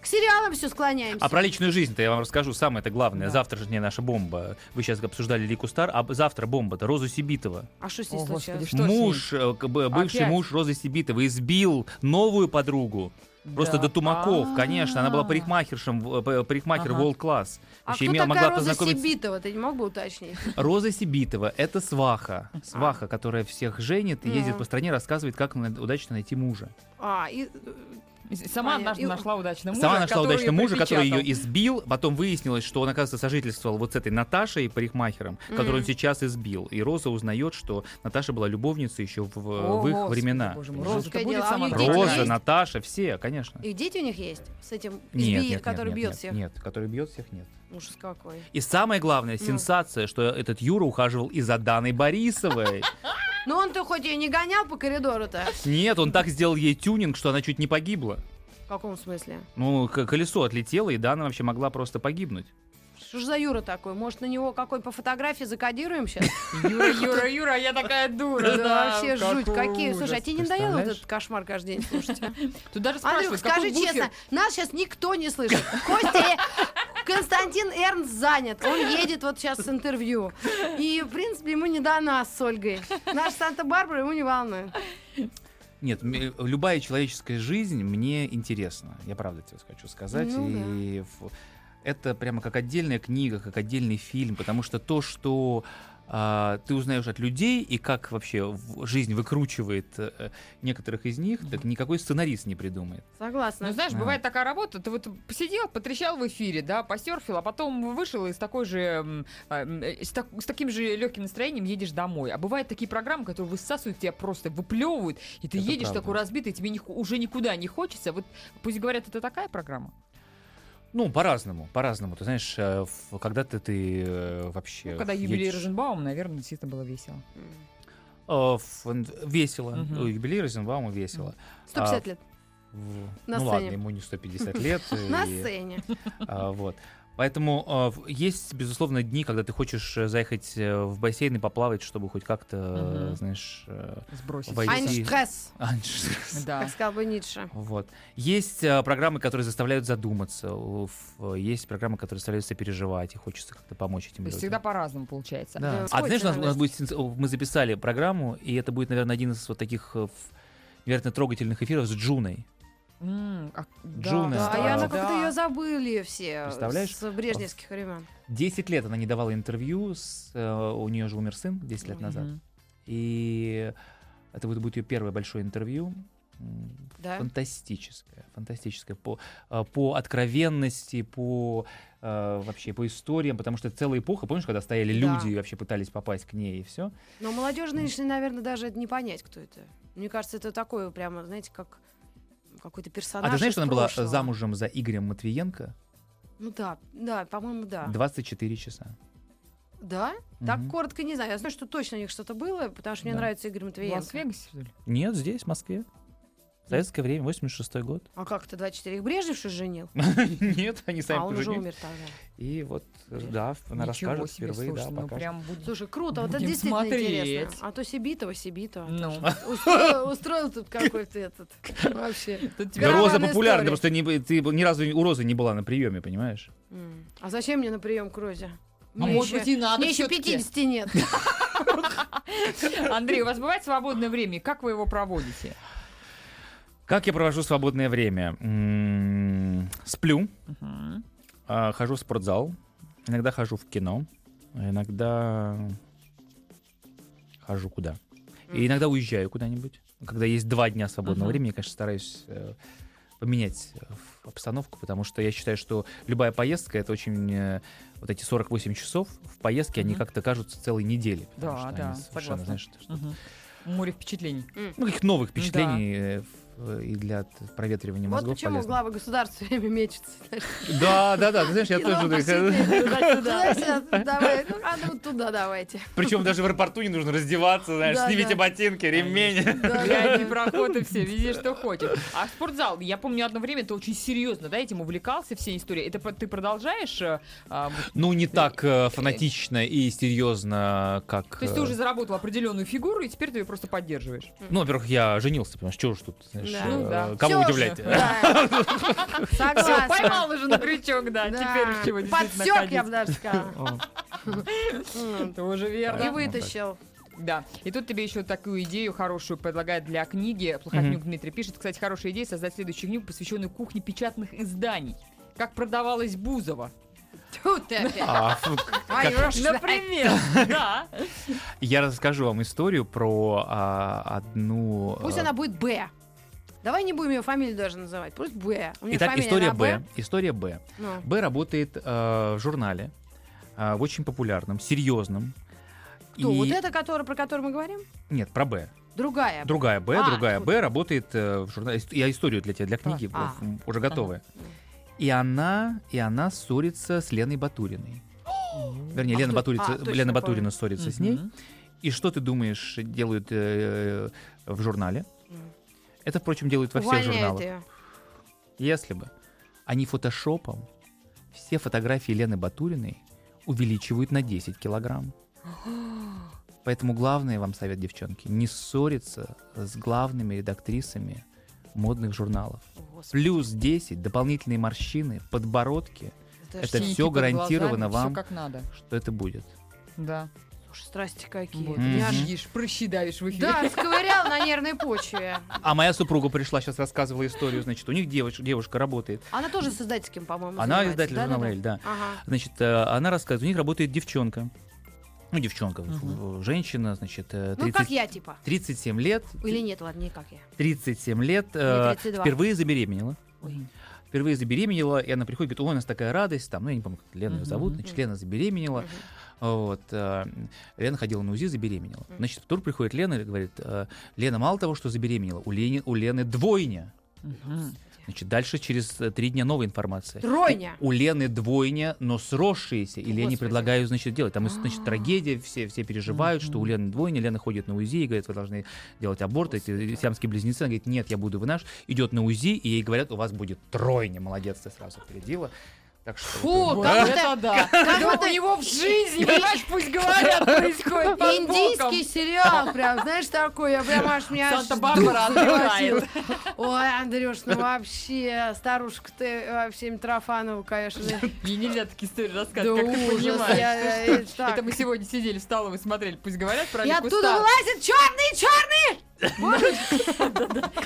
Speaker 5: К сериалам все склоняемся.
Speaker 7: А про личную жизнь-то я вам расскажу. Самое это главное.
Speaker 6: Да.
Speaker 7: Завтра же не наша бомба. Вы сейчас обсуждали Лику Стар, а б- завтра бомба-то Розу Сибитова.
Speaker 5: А что с ней
Speaker 6: О,
Speaker 5: случилось?
Speaker 6: господи, что с ней?
Speaker 7: муж, э, к- б- бывший
Speaker 6: Опять?
Speaker 7: муж Розы Сибитовой избил новую подругу. Просто
Speaker 6: Да.
Speaker 7: до Тумаков,
Speaker 6: А.
Speaker 7: конечно. Она была парикмахершем, в- э, парикмахер
Speaker 6: Ага.
Speaker 7: World Class.
Speaker 5: А
Speaker 7: Вообще
Speaker 5: кто
Speaker 7: имела-
Speaker 5: такая Роза
Speaker 7: познакомиться-
Speaker 5: Сибитова? Ты не мог бы уточнить?
Speaker 7: Роза Сибитова — это сваха. Сваха, которая всех женит и ездит
Speaker 5: А. Ну.
Speaker 7: по стране, рассказывает, как на- удачно найти мужа.
Speaker 5: А, и...
Speaker 6: И Сама
Speaker 5: Понятно.
Speaker 6: однажды
Speaker 5: И-
Speaker 6: нашла удачного мужа,
Speaker 7: Сама нашла
Speaker 6: который
Speaker 7: удачного
Speaker 6: её
Speaker 7: мужа, который
Speaker 6: припечатал.
Speaker 7: ее избил. Потом выяснилось, что он, оказывается, сожительствовал вот с этой Наташей, парикмахером, которую он
Speaker 5: М.
Speaker 7: сейчас избил. И Роза узнает, что Наташа была любовницей еще в, э,
Speaker 6: О,
Speaker 7: в их
Speaker 6: господи,
Speaker 7: времена.
Speaker 6: боже мой,
Speaker 5: Роза,
Speaker 7: Понимаешь?
Speaker 6: Роза-то будет
Speaker 5: Конечно,
Speaker 6: сама
Speaker 5: а у
Speaker 6: дорогая.
Speaker 5: детей
Speaker 7: Роза,
Speaker 5: есть?
Speaker 7: Наташа, все, конечно.
Speaker 5: И дети у них есть? С этим
Speaker 7: Нет,
Speaker 5: изби-
Speaker 7: нет,
Speaker 5: который
Speaker 7: нет,
Speaker 5: бьет
Speaker 7: нет,
Speaker 5: всех?
Speaker 7: Нет, который бьет всех, нет.
Speaker 6: Ну.
Speaker 5: Ужас какой.
Speaker 7: И самое главное,
Speaker 5: Ну.
Speaker 7: сенсация, что этот Юра ухаживал и за Даной Борисовой.
Speaker 5: Ну он-то хоть и не гонял по коридору-то.
Speaker 7: Нет, он так сделал ей тюнинг, что она чуть не погибла.
Speaker 5: В каком смысле?
Speaker 7: Ну, к- колесо отлетело, и Дана вообще могла просто погибнуть.
Speaker 5: Что ж за Юра такой? Может, на него какой по фотографии закодируем
Speaker 6: *laughs*
Speaker 5: сейчас?
Speaker 6: Юра, Юра, Юра, я такая дура. да,
Speaker 5: вообще жуть.
Speaker 6: какой
Speaker 5: Какие?
Speaker 6: ужас.
Speaker 5: Слушай, а тебе не надоело вот
Speaker 7: Представляешь?
Speaker 5: этот кошмар каждый день слушать? а?
Speaker 6: Тут
Speaker 5: Андрюх,
Speaker 6: даже спрашивают, какой
Speaker 5: скажи
Speaker 6: буфер?
Speaker 5: честно, нас сейчас никто не слышит. Костя, Константин Эрнст занят. Он едет вот сейчас с интервью. И, в принципе, ему не до нас с Ольгой. Наш Санта-Барбара ему не волнует.
Speaker 7: Нет, м- любая человеческая жизнь мне интересна. Я правда тебе хочу сказать.
Speaker 5: Ну
Speaker 7: и ф- это прямо как отдельная книга, как отдельный фильм, потому что то, что а, ты узнаешь от людей и как вообще в- жизнь выкручивает э, некоторых из них, так никакой сценарист не придумает.
Speaker 5: Согласна.
Speaker 6: Ну, знаешь,
Speaker 7: Да.
Speaker 6: бывает такая работа, ты вот посидел, потрещал в эфире, да, посерфил, а потом вышел и с такой же, м, а, м, э, с, так- с таким же легким настроением едешь домой. А бывают такие программы, которые высасывают тебя просто, выплевывают, и ты
Speaker 7: Это
Speaker 6: едешь
Speaker 7: правда.
Speaker 6: такой разбитый, тебе ни- уже никуда не хочется. Вот пусть говорят, это такая программа.
Speaker 7: Ну, по-разному, по-разному. Ты знаешь, э, в- когда-то ты э, вообще...
Speaker 6: Ну, когда
Speaker 7: едешь-
Speaker 6: юбилей Розенбаума, наверное, действительно было весело.
Speaker 7: Э, в- в- Весело.
Speaker 6: Мгм.
Speaker 7: У юбилей Розенбаума весело.
Speaker 5: 150 лет.
Speaker 7: В-
Speaker 5: На
Speaker 7: ну
Speaker 5: сцене.
Speaker 7: ладно, ему не 150
Speaker 5: *laughs*
Speaker 7: лет. э,
Speaker 5: На
Speaker 7: А, и-
Speaker 5: сцене.
Speaker 7: А, Вот. Поэтому а, в- есть, безусловно, дни, когда ты хочешь э, заехать э, в бассейн и поплавать, чтобы хоть как-то, э,
Speaker 6: Мгм.
Speaker 7: знаешь... э, *laughs*
Speaker 6: Сбросить.
Speaker 7: Войти.
Speaker 6: сам.
Speaker 5: Айнштресс,
Speaker 7: анш-
Speaker 6: Да.
Speaker 5: А как сказал бы Ницше.
Speaker 7: Вот. Есть э, программы, которые заставляют задуматься, у- ф- есть программы, которые заставляют переживать, и хочется как-то помочь
Speaker 6: То
Speaker 7: этим
Speaker 6: есть
Speaker 7: людям.
Speaker 6: всегда по-разному получается.
Speaker 7: Да.
Speaker 5: Да.
Speaker 7: А ты знаешь, у нас, у нас
Speaker 5: Свойственно.
Speaker 7: будет, сенс- о, мы записали программу, и это будет, наверное, один из вот таких э, ф- невероятно трогательных эфиров с Джуной.
Speaker 6: М, а- да,
Speaker 7: Джуна,
Speaker 5: Да,
Speaker 6: кстати,
Speaker 5: а я
Speaker 7: да.
Speaker 5: она как-то
Speaker 6: да.
Speaker 5: ее забыли все.
Speaker 7: Представляешь?
Speaker 5: С брежневских времен.
Speaker 7: Десять лет она не давала интервью, с, э, у нее же умер сын 10 лет назад.
Speaker 6: Мгм.
Speaker 7: И это будет, будет ее первое большое интервью. М,
Speaker 5: Да?
Speaker 7: Фантастическое, фантастическое. По, а, по откровенности, по э, вообще по историям, потому что целая эпоха, помнишь, когда стояли
Speaker 5: Да.
Speaker 7: люди и вообще пытались попасть к ней и все.
Speaker 5: Но молодежь нынешняя, наверное, даже не понять, кто это. Мне кажется, это такое прямо, знаете, как какой-то персонаж.
Speaker 7: а ты знаешь,
Speaker 5: из
Speaker 7: что она была э,
Speaker 5: прошлого.
Speaker 7: замужем за Игорем Матвиенко
Speaker 5: Ну да, да, по-моему, да.
Speaker 7: 24 часа.
Speaker 5: Да? Так
Speaker 7: Мгм.
Speaker 5: коротко не знаю. Я знаю, что точно у них что-то было, потому что мне
Speaker 7: Да.
Speaker 5: нравится Игорь
Speaker 6: В
Speaker 5: Матвеенко.
Speaker 6: Лас-Вегасе, что ли?
Speaker 7: Нет, здесь, в Москве. В советское время, 86
Speaker 5: *laughs*
Speaker 7: год.
Speaker 5: А как это 24? Их Брежнев что женил?
Speaker 7: Нет, они
Speaker 5: А
Speaker 7: сами
Speaker 5: он уже
Speaker 7: поженились.
Speaker 5: умер тогда.
Speaker 7: И вот, э, да, она
Speaker 6: Ничего
Speaker 7: расскажет
Speaker 6: себе,
Speaker 7: впервые, да,
Speaker 6: слушай, ну
Speaker 7: покажет.
Speaker 6: прям будет...
Speaker 5: Слушай, круто, вот это
Speaker 6: Будем
Speaker 5: действительно
Speaker 6: смотреть.
Speaker 5: интересно. А то Сибитова, Сибитова.
Speaker 6: Ну,
Speaker 5: Устроил, устроил
Speaker 7: *laughs*
Speaker 5: тут какой-то этот вообще.
Speaker 6: тут
Speaker 7: Да
Speaker 6: тебя...
Speaker 5: Караван
Speaker 7: Роза
Speaker 5: истории.
Speaker 7: популярна, просто не, ты ни разу у Розы не была на приеме, понимаешь?
Speaker 5: М. А зачем мне на прием к Розе?
Speaker 6: А
Speaker 5: Мне
Speaker 6: может
Speaker 5: еще-
Speaker 6: быть и надо
Speaker 5: Мне еще
Speaker 6: всё-таки.
Speaker 5: 50 нет.
Speaker 6: Андрей, у вас бывает свободное время? и Как вы его проводите?
Speaker 7: Как я провожу свободное время? М, Сплю,
Speaker 6: Мгм.
Speaker 7: а, хожу в спортзал, иногда хожу в кино, а иногда хожу куда. И иногда уезжаю куда-нибудь. Когда есть два дня свободного
Speaker 6: Мгм.
Speaker 7: времени, я, конечно, стараюсь э, поменять э, в- обстановку, потому что я считаю, что любая поездка это очень э, вот эти 48 часов в поездке, они
Speaker 6: Мгм.
Speaker 7: как-то кажутся целой недели. потому
Speaker 6: Да,
Speaker 7: что они
Speaker 6: да,
Speaker 7: совершенно,
Speaker 6: согласна.
Speaker 7: знаешь, что-
Speaker 6: Мгм. Море впечатлений.
Speaker 7: Ну, каких новых впечатлений э, в- э, и для т- проветривания
Speaker 5: Вот
Speaker 7: мозгов
Speaker 5: почему
Speaker 7: полезно.
Speaker 5: главы государства *laughs* все время мечутся. знаешь.
Speaker 7: Да, да, да, ты
Speaker 5: *laughs*
Speaker 7: знаешь, я тоже...
Speaker 6: *laughs*
Speaker 7: *laughs*
Speaker 5: Туда Ну, а сейчас, давай, ну, а ну, туда давайте.
Speaker 7: Причем даже в аэропорту не нужно раздеваться, знаешь,
Speaker 5: Да,
Speaker 7: снимите
Speaker 5: да.
Speaker 7: ботинки, *laughs* ремень.
Speaker 5: Да,
Speaker 6: Глядь, и
Speaker 5: да.
Speaker 6: проходы *laughs* все, везде, что хочешь. А спортзал, я помню, одно время ты очень серьезно, да, этим увлекался, все истории. Это по- ты продолжаешь? э, а, вот-
Speaker 7: Ну, не так э, фанатично и серьезно, как...
Speaker 6: то есть ты
Speaker 7: э,
Speaker 6: уже заработал определенную фигуру, и теперь ты ее просто поддерживаешь.
Speaker 7: Ну, во-первых, я женился, потому что ж тут, знаешь,
Speaker 5: Да.
Speaker 7: смотришь. э,
Speaker 6: Ну да.
Speaker 5: Всё
Speaker 7: Кого
Speaker 5: же,
Speaker 7: удивлять?
Speaker 5: да.
Speaker 6: Всё,
Speaker 5: Согласна.
Speaker 6: поймала же на крючок, да, теперь чего действительно
Speaker 5: Подсек,
Speaker 6: ходить.
Speaker 5: я бы даже сказала.
Speaker 7: *laughs* О,
Speaker 5: М,
Speaker 6: Тоже верно.
Speaker 5: И вытащил.
Speaker 6: Да. И тут тебе еще такую идею хорошую предлагает для книги. Плохотнюк Дмитрий пишет, кстати, хорошая идея создать следующую книгу, посвященную кухне печатных изданий. Как продавалась Бузова.
Speaker 5: Тут ты опять.
Speaker 7: *laughs* а, фу,
Speaker 5: *laughs* Ай,
Speaker 7: как-
Speaker 5: Рош,
Speaker 6: Например, *laughs* да.
Speaker 7: Я расскажу вам историю про а, одну... э,
Speaker 5: Пусть она будет Б. Давай не будем ее фамилию даже называть. Пусть Б. У меня
Speaker 7: Итак,
Speaker 5: фамилия
Speaker 7: история
Speaker 5: на
Speaker 7: Б. История Б.
Speaker 5: Ну.
Speaker 7: Б работает э, в журнале, э, в очень популярном, серьезном.
Speaker 5: Кто?
Speaker 7: И-
Speaker 5: Вот эта, которая, про которую мы говорим?
Speaker 7: Нет, про Б.
Speaker 5: Другая.
Speaker 7: Другая Б,
Speaker 5: А,
Speaker 7: другая
Speaker 5: тут.
Speaker 7: Б работает э, в журнале. Ис- Я историю для тебя, для книги
Speaker 5: А.
Speaker 7: вот, м, уже готовая. И она, и она ссорится с Леной Батуриной. Вернее,
Speaker 5: А
Speaker 7: Лена,
Speaker 5: кто-
Speaker 7: Батурица,
Speaker 5: а, точно, помню.
Speaker 7: Лена Батурина ссорится с ней.
Speaker 6: Мгм.
Speaker 7: И что ты думаешь делают э, в журнале?
Speaker 5: Мгм.
Speaker 7: Это, впрочем, делают во всех
Speaker 5: Увольняет
Speaker 7: журналах.
Speaker 5: *gasps* ее.
Speaker 7: Если бы они фотошопом все фотографии Лены Батуриной увеличивают на 10 килограмм. Поэтому главный вам совет, девчонки, не ссориться с главными редактрисами модных журналов. Плюс 10, дополнительные морщины, подбородки, Это
Speaker 6: Синяки
Speaker 7: всё
Speaker 6: под
Speaker 7: гарантировано
Speaker 6: глазами,
Speaker 7: вам.
Speaker 6: Все как надо.
Speaker 7: что это будет.
Speaker 6: Да.
Speaker 5: Слушай, страсти какие.
Speaker 6: Вот.
Speaker 7: Мгм.
Speaker 6: Мяж ешь, прыщи давишь в эфире.
Speaker 5: Да, расковырял на нервной почве.
Speaker 7: А моя супруга пришла, сейчас рассказывала историю, значит, у них девочка, девушка работает.
Speaker 5: Она тоже с издательским, по-моему,
Speaker 7: Она
Speaker 5: Ну, занимается,
Speaker 7: издатель журнала
Speaker 5: да-да-да?
Speaker 7: «Эль», да.
Speaker 5: Ага.
Speaker 7: Значит, э, она рассказывает, у них работает девчонка. Ну, девчонка,
Speaker 6: Мгм.
Speaker 7: э, женщина, значит, э,
Speaker 5: Ну,
Speaker 7: 30,
Speaker 5: как я, типа.
Speaker 7: 37 лет. типа,
Speaker 5: Или нет, ладно, не как я.
Speaker 7: 37 лет,
Speaker 5: Мне
Speaker 7: э,
Speaker 5: 32.
Speaker 7: впервые забеременела.
Speaker 6: Ой.
Speaker 7: Впервые забеременела, и она приходит, говорит, ой, у нас такая радость, там, ну, я не помню, как Лена ее
Speaker 6: Мгм,
Speaker 7: зовут,
Speaker 6: мгм.
Speaker 7: значит, Лена забеременела,
Speaker 5: Мгм.
Speaker 7: вот, э, Лена ходила на УЗИ, забеременела. Значит, в тур приходит Лена и говорит, э, Лена мало того, что забеременела, у, Лени- у Лены двойня.
Speaker 6: Мгм.
Speaker 7: Значит, дальше через э, три дня новая информация.
Speaker 5: Тройня.
Speaker 7: У Лены двойня, но сросшиеся. И Лене
Speaker 5: Господи.
Speaker 7: предлагаю, значит, делать. Там,
Speaker 5: А.
Speaker 7: значит, трагедия, все, все переживают, что у Лены двойня. Лена ходит на УЗИ и говорит, вы должны делать аборт. Эти сиамские близнецы. Она говорит, нет, я буду вынаш. Идет на УЗИ, и ей говорят, у вас будет тройня. Молодец, ты сразу опередила. Так что...
Speaker 5: Фу,
Speaker 7: вот,
Speaker 5: как
Speaker 7: э,
Speaker 5: будто-
Speaker 6: это да.
Speaker 5: Как
Speaker 6: Да
Speaker 5: будто
Speaker 6: у него в жизни, понимаешь, пусть говорят, происходит под боком.
Speaker 5: Индийский сериал, прям, знаешь, такой, я прям аж меня аж
Speaker 6: *laughs* Санта-Барбара
Speaker 5: дух захватил.
Speaker 6: отдыхает.
Speaker 5: Ой, Андрюш, ну вообще, старушка ты вообще Митрофанова, конечно.
Speaker 6: Мне нельзя такие истории
Speaker 5: Да
Speaker 6: рассказывать, как ты
Speaker 5: ужас, я-
Speaker 6: понимаешь. ты
Speaker 5: я-
Speaker 6: что?
Speaker 5: так.
Speaker 6: Это мы сегодня сидели в столовой, смотрели, пусть говорят про
Speaker 5: И
Speaker 6: Алику
Speaker 5: оттуда
Speaker 6: Стар.
Speaker 5: вылазит черный, черный!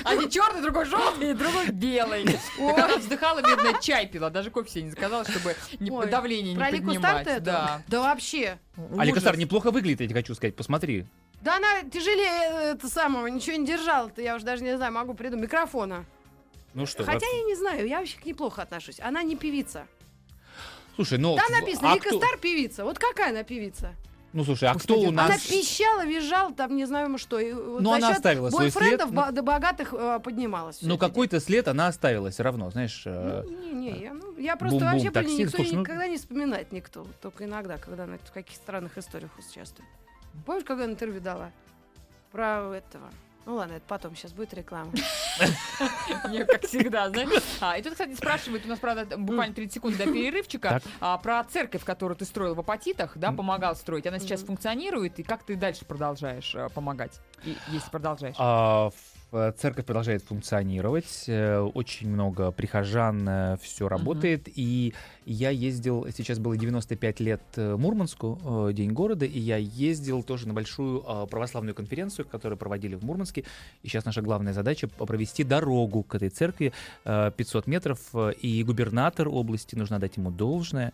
Speaker 6: Один черный, другой желтый, другой белый. Так она вздыхала, бедная, чай пила, даже кофе себе не заказала, чтобы не-
Speaker 5: Ой,
Speaker 6: давление
Speaker 5: Про
Speaker 6: не
Speaker 5: Алику Стар ты
Speaker 6: поднимать.
Speaker 5: это?
Speaker 6: Да.
Speaker 5: Да вообще.
Speaker 7: Алика
Speaker 6: Ужас.
Speaker 7: Стар неплохо выглядит, я тебе хочу сказать, посмотри.
Speaker 5: Да она тяжелее э, это самого, ничего не держала-то, я уже даже не знаю, могу придумать. Микрофона.
Speaker 7: Ну что,
Speaker 5: Хотя
Speaker 7: вот.
Speaker 5: я не знаю, я вообще к ней плохо отношусь. Она не певица.
Speaker 7: слушай, ну...
Speaker 5: Там
Speaker 7: а
Speaker 5: написано, Вика
Speaker 7: кто-
Speaker 5: Стар певица. Вот какая она певица?
Speaker 7: Ну слушай, а
Speaker 6: Господи,
Speaker 7: кто у
Speaker 6: она
Speaker 5: Она
Speaker 7: нас...
Speaker 5: пищала, визжала, там не знаю что. И, вот
Speaker 7: Ну,
Speaker 5: за
Speaker 7: она
Speaker 5: счет
Speaker 7: оставила свой
Speaker 5: бойфрендов
Speaker 7: след,
Speaker 5: ба- до богатых э, поднималась. всё
Speaker 7: Ну
Speaker 5: это
Speaker 7: какой-то след она оставила все равно, знаешь... э,
Speaker 5: дело. Не, не, я, ну, я просто
Speaker 7: Бум-бум,
Speaker 5: вообще про неё
Speaker 7: такси.
Speaker 5: никто
Speaker 7: Слушай, ну-
Speaker 5: никогда не вспоминает никто. Только иногда, когда она в каких странных историях участвует. Помнишь, когда она интервью дала? Про этого. Ну ладно, это потом, сейчас будет реклама.
Speaker 6: Не, как всегда, знаешь. А, и тут, кстати, спрашивают, у нас, правда, буквально 30 секунд до перерывчика,
Speaker 7: Так.
Speaker 6: а, про церковь, которую ты строил в Апатитах, да,
Speaker 7: М.
Speaker 6: помогал строить. Она сейчас
Speaker 5: Мгм.
Speaker 6: функционирует, и как ты дальше продолжаешь а, помогать, И- если продолжаешь?
Speaker 7: А, в- э, Церковь продолжает функционировать, э, очень много прихожан, все работает. И я ездил, сейчас было 95 лет э, Мурманску, э, День города, и я ездил тоже на большую э, православную конференцию, которую проводили в Мурманске. И сейчас наша главная задача п- провести дорогу к этой церкви э, 500 метров. э, И губернатор области, нужно дать ему должное,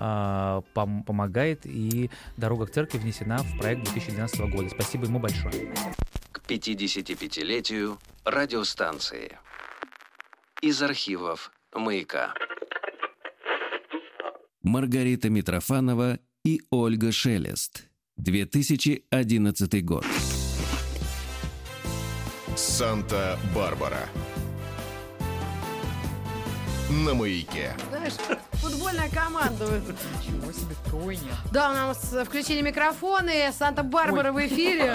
Speaker 7: а, пом- помогает, и дорога к церкви внесена в проект 2012 года. Спасибо ему большое.
Speaker 2: к 55-летию радиостанции. Из архивов «Маяка».
Speaker 3: Маргарита Митрофанова и Ольга Шелест. 2011 год.
Speaker 4: Санта-Барбара. На маяке.
Speaker 5: Знаешь, футбольная команда. вот.
Speaker 7: А.
Speaker 6: Ничего себе, тройня.
Speaker 5: Да, у нас э, включили микрофоны, Санта-Барбара в эфире.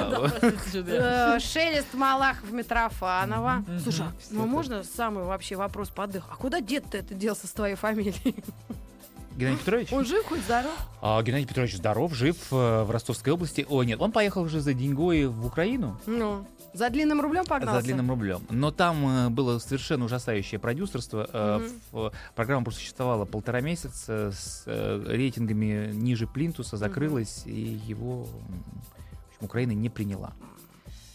Speaker 5: Э, Шелест Малахов Митрофанова.
Speaker 6: Мгм.
Speaker 5: Слушай,
Speaker 6: Мгм.
Speaker 5: ну можно самый вообще вопрос по отдыху? А куда дед-то это делся с твоей фамилией?
Speaker 7: Геннадий Петрович?
Speaker 5: Он жив хоть здоров?
Speaker 7: А, Геннадий Петрович здоров, жив э, в Ростовской области. О, нет, он поехал уже за деньгой в Украину.
Speaker 5: Ну. За длинным рублем погнался?
Speaker 7: За длинным рублем. Но там э, было совершенно ужасающее продюсерство. Э,
Speaker 5: Мгм.
Speaker 7: в- программа просто существовала полтора месяца с э, рейтингами ниже Плинтуса, закрылась, и его м, в общем, Украина не приняла.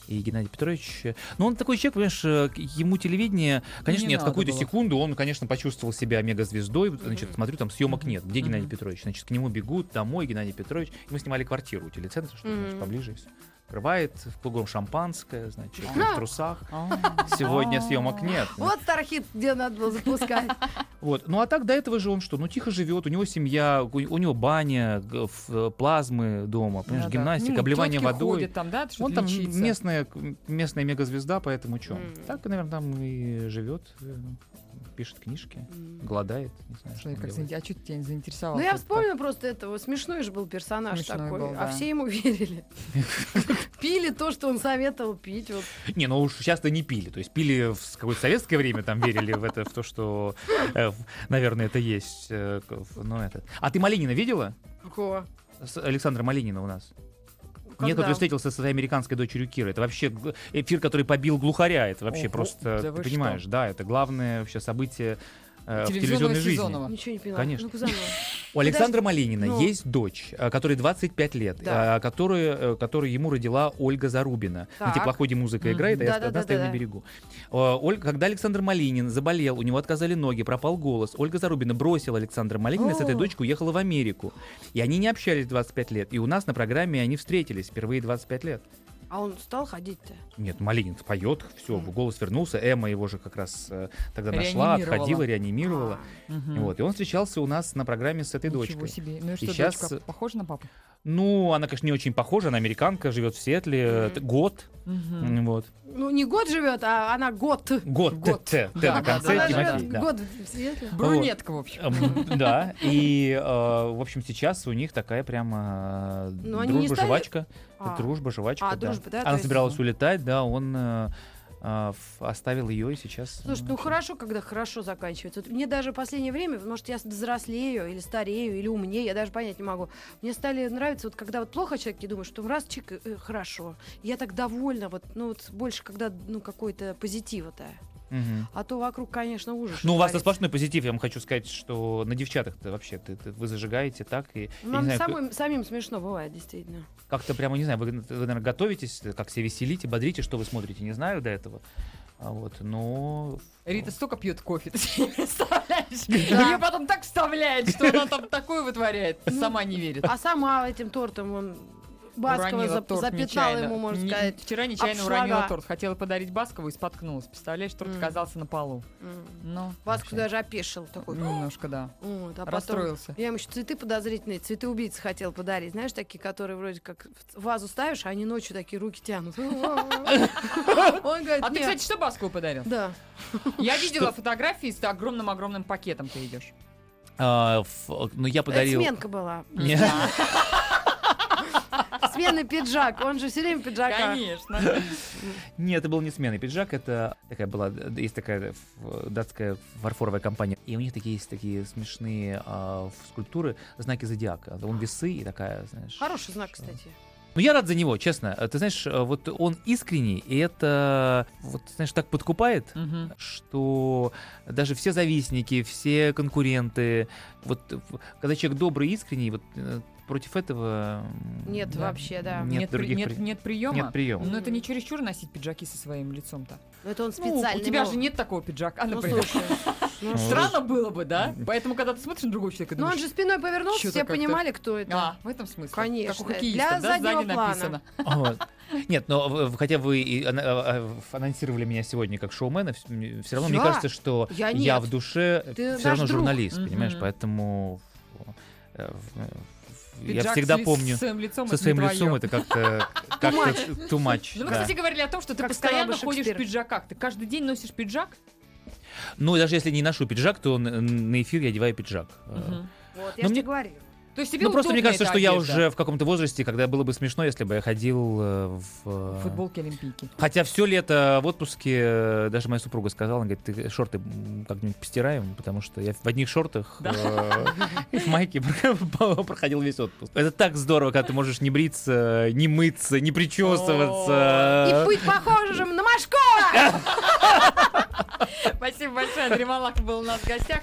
Speaker 7: И Геннадий Петрович... э, Ну, он такой человек, понимаешь, э, к- ему телевидение... Конечно,
Speaker 6: Ну, Не
Speaker 7: нет,
Speaker 6: надо
Speaker 7: какую-то
Speaker 6: было.
Speaker 7: секунду он, конечно, почувствовал себя мегазвездой. Значит, смотрю, там съемок нет. Где Геннадий
Speaker 6: Мгм.
Speaker 7: Петрович? Значит, к нему бегут домой Геннадий Петрович. И мы снимали квартиру у телецентра, чтобы
Speaker 5: Мгм.
Speaker 7: значит, поближе и всё. Открывает, в кругом шампанское, значит,
Speaker 6: Ага.
Speaker 7: в трусах.
Speaker 6: А.
Speaker 7: Сегодня съемок нет.
Speaker 5: Вот тархит, где надо было
Speaker 7: *laughs*
Speaker 5: запускать.
Speaker 7: Вот. Ну а так до этого же он что? Ну тихо живет, у него семья, у, у него баня, г- ф- э, плазмы дома, понимаешь,
Speaker 6: Да-да.
Speaker 7: гимнастика,
Speaker 6: Ну,
Speaker 7: обливание
Speaker 6: тётки
Speaker 7: водой.
Speaker 6: ходят там, да, что-то
Speaker 7: он там
Speaker 6: лечиться.
Speaker 7: местная, к- местная мегазвезда, поэтому что?
Speaker 5: М.
Speaker 7: Так, наверное, там и живет, э, пишет книжки, голодает, не знаю, что
Speaker 6: Слушай,
Speaker 7: там
Speaker 6: как
Speaker 7: делает.
Speaker 6: заин- а что тебя не заинтересовало?
Speaker 5: Ну, я вспомнила просто этого. Смешной же был персонаж
Speaker 6: Смешной
Speaker 5: такой.
Speaker 6: был,
Speaker 5: А
Speaker 6: да.
Speaker 5: все ему *laughs* верили. Пили то, что он советовал пить. вот.
Speaker 7: Не, ну уж сейчас-то не пили. То есть пили в с- какое-то советское время, там верили в это, в то, что, э, в- наверное, это есть. э, к- в- ну, это. А ты Малинина видела?
Speaker 5: Какого?
Speaker 7: С Александра Малинина у нас. Нет,
Speaker 5: Когда?
Speaker 7: который встретился со своей американской дочерью Кирой. Это вообще г- эфир, который побил глухаря. Это вообще
Speaker 6: Ого,
Speaker 7: просто,
Speaker 6: да вы
Speaker 7: ты понимаешь, да, это главное вообще событие э, в
Speaker 6: Телевизионного
Speaker 7: телевизионной жизни.
Speaker 6: сезона.
Speaker 5: Ничего не Ну, поняла.
Speaker 7: Конечно.
Speaker 5: Ну-ка заново.
Speaker 7: У Александра Малинина
Speaker 5: ну.
Speaker 7: есть дочь, э, которой 25 лет,
Speaker 5: Да.
Speaker 7: э, которую, э, которую ему родила Ольга Зарубина. Ну, На
Speaker 5: Так.
Speaker 7: теплоходе музыка
Speaker 6: Мгм.
Speaker 7: играет, а я
Speaker 5: Да-да-да-да-да.
Speaker 7: одна стою на берегу. Э, Оль- Когда Александр Малинин заболел, у него отказали ноги, пропал голос, Ольга Зарубина бросила Александра Малинина и с этой
Speaker 6: О.
Speaker 7: дочкой уехала в Америку. И они не общались 25 лет. И у нас на программе они встретились впервые 25 лет.
Speaker 5: А он стал ходить-то?
Speaker 7: Нет, Малинин поет, все,
Speaker 5: Мгм.
Speaker 7: голос вернулся. Эмма его же как раз э, тогда нашла,
Speaker 6: Реанимировала.
Speaker 7: отходила, реанимировала.
Speaker 5: А,
Speaker 6: Мгм.
Speaker 7: Вот. И он встречался у нас на программе с этой
Speaker 6: Ничего
Speaker 7: дочкой.
Speaker 6: себе. Ну и что,
Speaker 7: щас-
Speaker 6: дочка похожа на папу?
Speaker 7: Ну, она, конечно, не очень похожа, она американка, живет в Сиэтле э, т- год.
Speaker 6: Мгм.
Speaker 7: м, Вот.
Speaker 5: А. Ну, не год живет, а она год.
Speaker 7: Год.
Speaker 6: Год.
Speaker 7: Т, Т, Т
Speaker 6: Да,
Speaker 7: на
Speaker 6: да,
Speaker 7: конце
Speaker 5: Она
Speaker 7: Тимофей,
Speaker 5: живет
Speaker 7: да.
Speaker 5: год в Сиэтле.
Speaker 6: Брюнетка, в общем.
Speaker 7: Эм, Да, и, э, в общем, сейчас у них такая прямо э,
Speaker 5: Но Ну, они не стали-
Speaker 7: дружба-жвачка.
Speaker 5: А.
Speaker 7: Дружба-жвачка,
Speaker 5: А,
Speaker 7: да.
Speaker 5: дружба, да, то
Speaker 7: Она
Speaker 5: есть- ну.
Speaker 7: собиралась улетать, да, он э, э, ф- оставил ее и сейчас...
Speaker 5: Слушай,
Speaker 7: э,
Speaker 5: ну хорошо, когда хорошо заканчивается. Вот мне даже в последнее время, может, я взрослею или старею, или умнее, я даже понять не могу. Мне стали нравиться, вот когда вот плохо человек, я думаю, что раз чик, э, хорошо. Я так довольна, вот, ну вот больше, когда, ну, какой-то позитива-то.
Speaker 7: мгм.
Speaker 5: А то вокруг, конечно, ужас.
Speaker 7: Ну, у вас-то
Speaker 5: творится.
Speaker 7: сплошной позитив, я вам хочу сказать, что на девчатах-то вообще ты- ты- вы зажигаете так и... я не
Speaker 5: Ну, Нам
Speaker 7: знаю,
Speaker 5: самым, самим смешно бывает, действительно.
Speaker 7: Как-то прямо, не знаю, вы, наверное, готовитесь, как себя веселите, бодрите, что вы смотрите, не знаю до этого. А вот, ну, но...
Speaker 6: Рита столько пьет кофе, *laughs* ты себе не представляешь. Ее потом так вставляет, что она там такое вытворяет. Сама не верит.
Speaker 5: А сама этим тортом он Баскова
Speaker 6: Уронила
Speaker 5: за,
Speaker 6: торт
Speaker 5: запятнала
Speaker 6: нечаянно.
Speaker 5: ему, можно
Speaker 6: Не-
Speaker 5: сказать.
Speaker 6: Вчера нечаянно
Speaker 5: обшлагала.
Speaker 6: уронила торт. Хотела подарить Баскову и споткнулась. Представляешь, торт
Speaker 5: М.
Speaker 6: оказался на полу.
Speaker 5: М.
Speaker 6: Ну,
Speaker 5: Басков
Speaker 7: Вообще.
Speaker 5: даже опешил такой.
Speaker 6: немножко, да.
Speaker 5: Вот, а потом
Speaker 6: Расстроился.
Speaker 5: Я ему еще цветы подозрительные, цветы убийцы хотел подарить. Знаешь, такие, которые вроде как в вазу ставишь, а они ночью такие руки тянут. *laughs* Он говорит,
Speaker 6: А ты,
Speaker 5: «Нет».
Speaker 6: кстати, что Баскову подарил?
Speaker 5: Да.
Speaker 6: Я видела фотографии с огромным-огромным пакетом ты идешь.
Speaker 7: А, ф- ну, я
Speaker 5: Это
Speaker 7: подарил...
Speaker 5: Э,
Speaker 7: *laughs*
Speaker 5: сменка была.
Speaker 7: Не.
Speaker 5: Сменный пиджак. Он же все время в
Speaker 6: а?
Speaker 5: пиджака.
Speaker 6: Конечно.
Speaker 7: Нет, это был не сменный пиджак, это такая была, д- есть такая ф- датская фарфоровая компания, и у них такие есть такие смешные а, ф- скульптуры, знаки зодиака, он весы и такая, знаешь.
Speaker 5: Хороший знак, кстати.
Speaker 7: Ну, я рад за него, честно. Э, Ты знаешь, э, вот он искренний, и это, вот, знаешь, так подкупает,
Speaker 6: Мгм.
Speaker 7: что даже все завистники, все конкуренты, вот в- когда человек добрый и искренний, вот э, против этого м,
Speaker 5: Нет
Speaker 7: да,
Speaker 5: вообще, да.
Speaker 7: Нет,
Speaker 6: при-
Speaker 7: других
Speaker 6: нет,
Speaker 7: при-
Speaker 6: нет приема.
Speaker 7: нет
Speaker 6: *laughs*
Speaker 7: приема.
Speaker 6: Но это не чересчур носить пиджаки со своим лицом-то.
Speaker 5: Но это он
Speaker 6: Ну,
Speaker 5: специально.
Speaker 6: у тебя
Speaker 5: вел.
Speaker 6: же нет такого пиджака. А,
Speaker 5: Ну,
Speaker 6: например.
Speaker 5: слушай. Ну,
Speaker 7: Ну,
Speaker 5: что-
Speaker 6: Странно было бы, да? Поэтому, когда ты смотришь на другого человека,
Speaker 5: Ну, он
Speaker 6: думаешь,
Speaker 5: же спиной повернулся,
Speaker 6: Чё-то
Speaker 5: все
Speaker 6: как-то-
Speaker 5: понимали, кто это.
Speaker 6: а, в этом смысле.
Speaker 5: Конечно,
Speaker 6: Как у
Speaker 5: для
Speaker 6: хоккеистов, да, сзади
Speaker 5: заднего плана.
Speaker 6: написано.
Speaker 7: Вот. Нет, но в- в- хотя вы и ана- а- а- анонсировали меня сегодня как шоумена, все равно мне
Speaker 5: Я?
Speaker 7: кажется, что
Speaker 5: Я
Speaker 7: я,
Speaker 5: нет.
Speaker 7: в душе
Speaker 5: Ты
Speaker 7: все равно
Speaker 5: наш друг.
Speaker 7: журналист, понимаешь,
Speaker 6: Мгм.
Speaker 7: поэтому э, в- в- я
Speaker 6: Пиджак
Speaker 7: всегда
Speaker 6: с ли-
Speaker 7: помню
Speaker 6: С своим лицом это
Speaker 7: со
Speaker 6: не
Speaker 7: своим
Speaker 6: твоё.
Speaker 7: лицом это как-то как-то too much.
Speaker 6: Ну, мы,
Speaker 7: да.
Speaker 6: кстати, говорили о том, что ты
Speaker 5: Как сказал
Speaker 6: постоянно
Speaker 5: бы
Speaker 6: ходишь в
Speaker 5: Шекспир.
Speaker 6: пиджаках. Ты каждый день носишь пиджак?
Speaker 7: Ну, даже если не ношу пиджак, то н- на эфир я одеваю пиджак. Э,
Speaker 6: Мгм.
Speaker 5: Вот, я
Speaker 7: Ну,
Speaker 5: же
Speaker 7: мне-
Speaker 5: тебе говорила.
Speaker 6: То есть тебе
Speaker 7: Ну, просто мне
Speaker 6: удобнее
Speaker 7: кажется,
Speaker 6: эта
Speaker 7: что я
Speaker 6: одежда?
Speaker 7: уже в каком-то возрасте, когда было бы смешно, если бы я ходил э, в... э,
Speaker 6: В футболке Олимпийки.
Speaker 7: Хотя все лето в отпуске э, даже моя супруга сказала, она говорит, ты шорты м, как-нибудь постираем, потому что я в одних шортах э, и в майке *laughs* проходил весь отпуск. Это так здорово, когда ты можешь не бриться, не мыться, не
Speaker 5: И
Speaker 7: причесываться.
Speaker 5: быть похожим на Машкова!
Speaker 6: Спасибо большое, Андрей Малахов был у нас в гостях.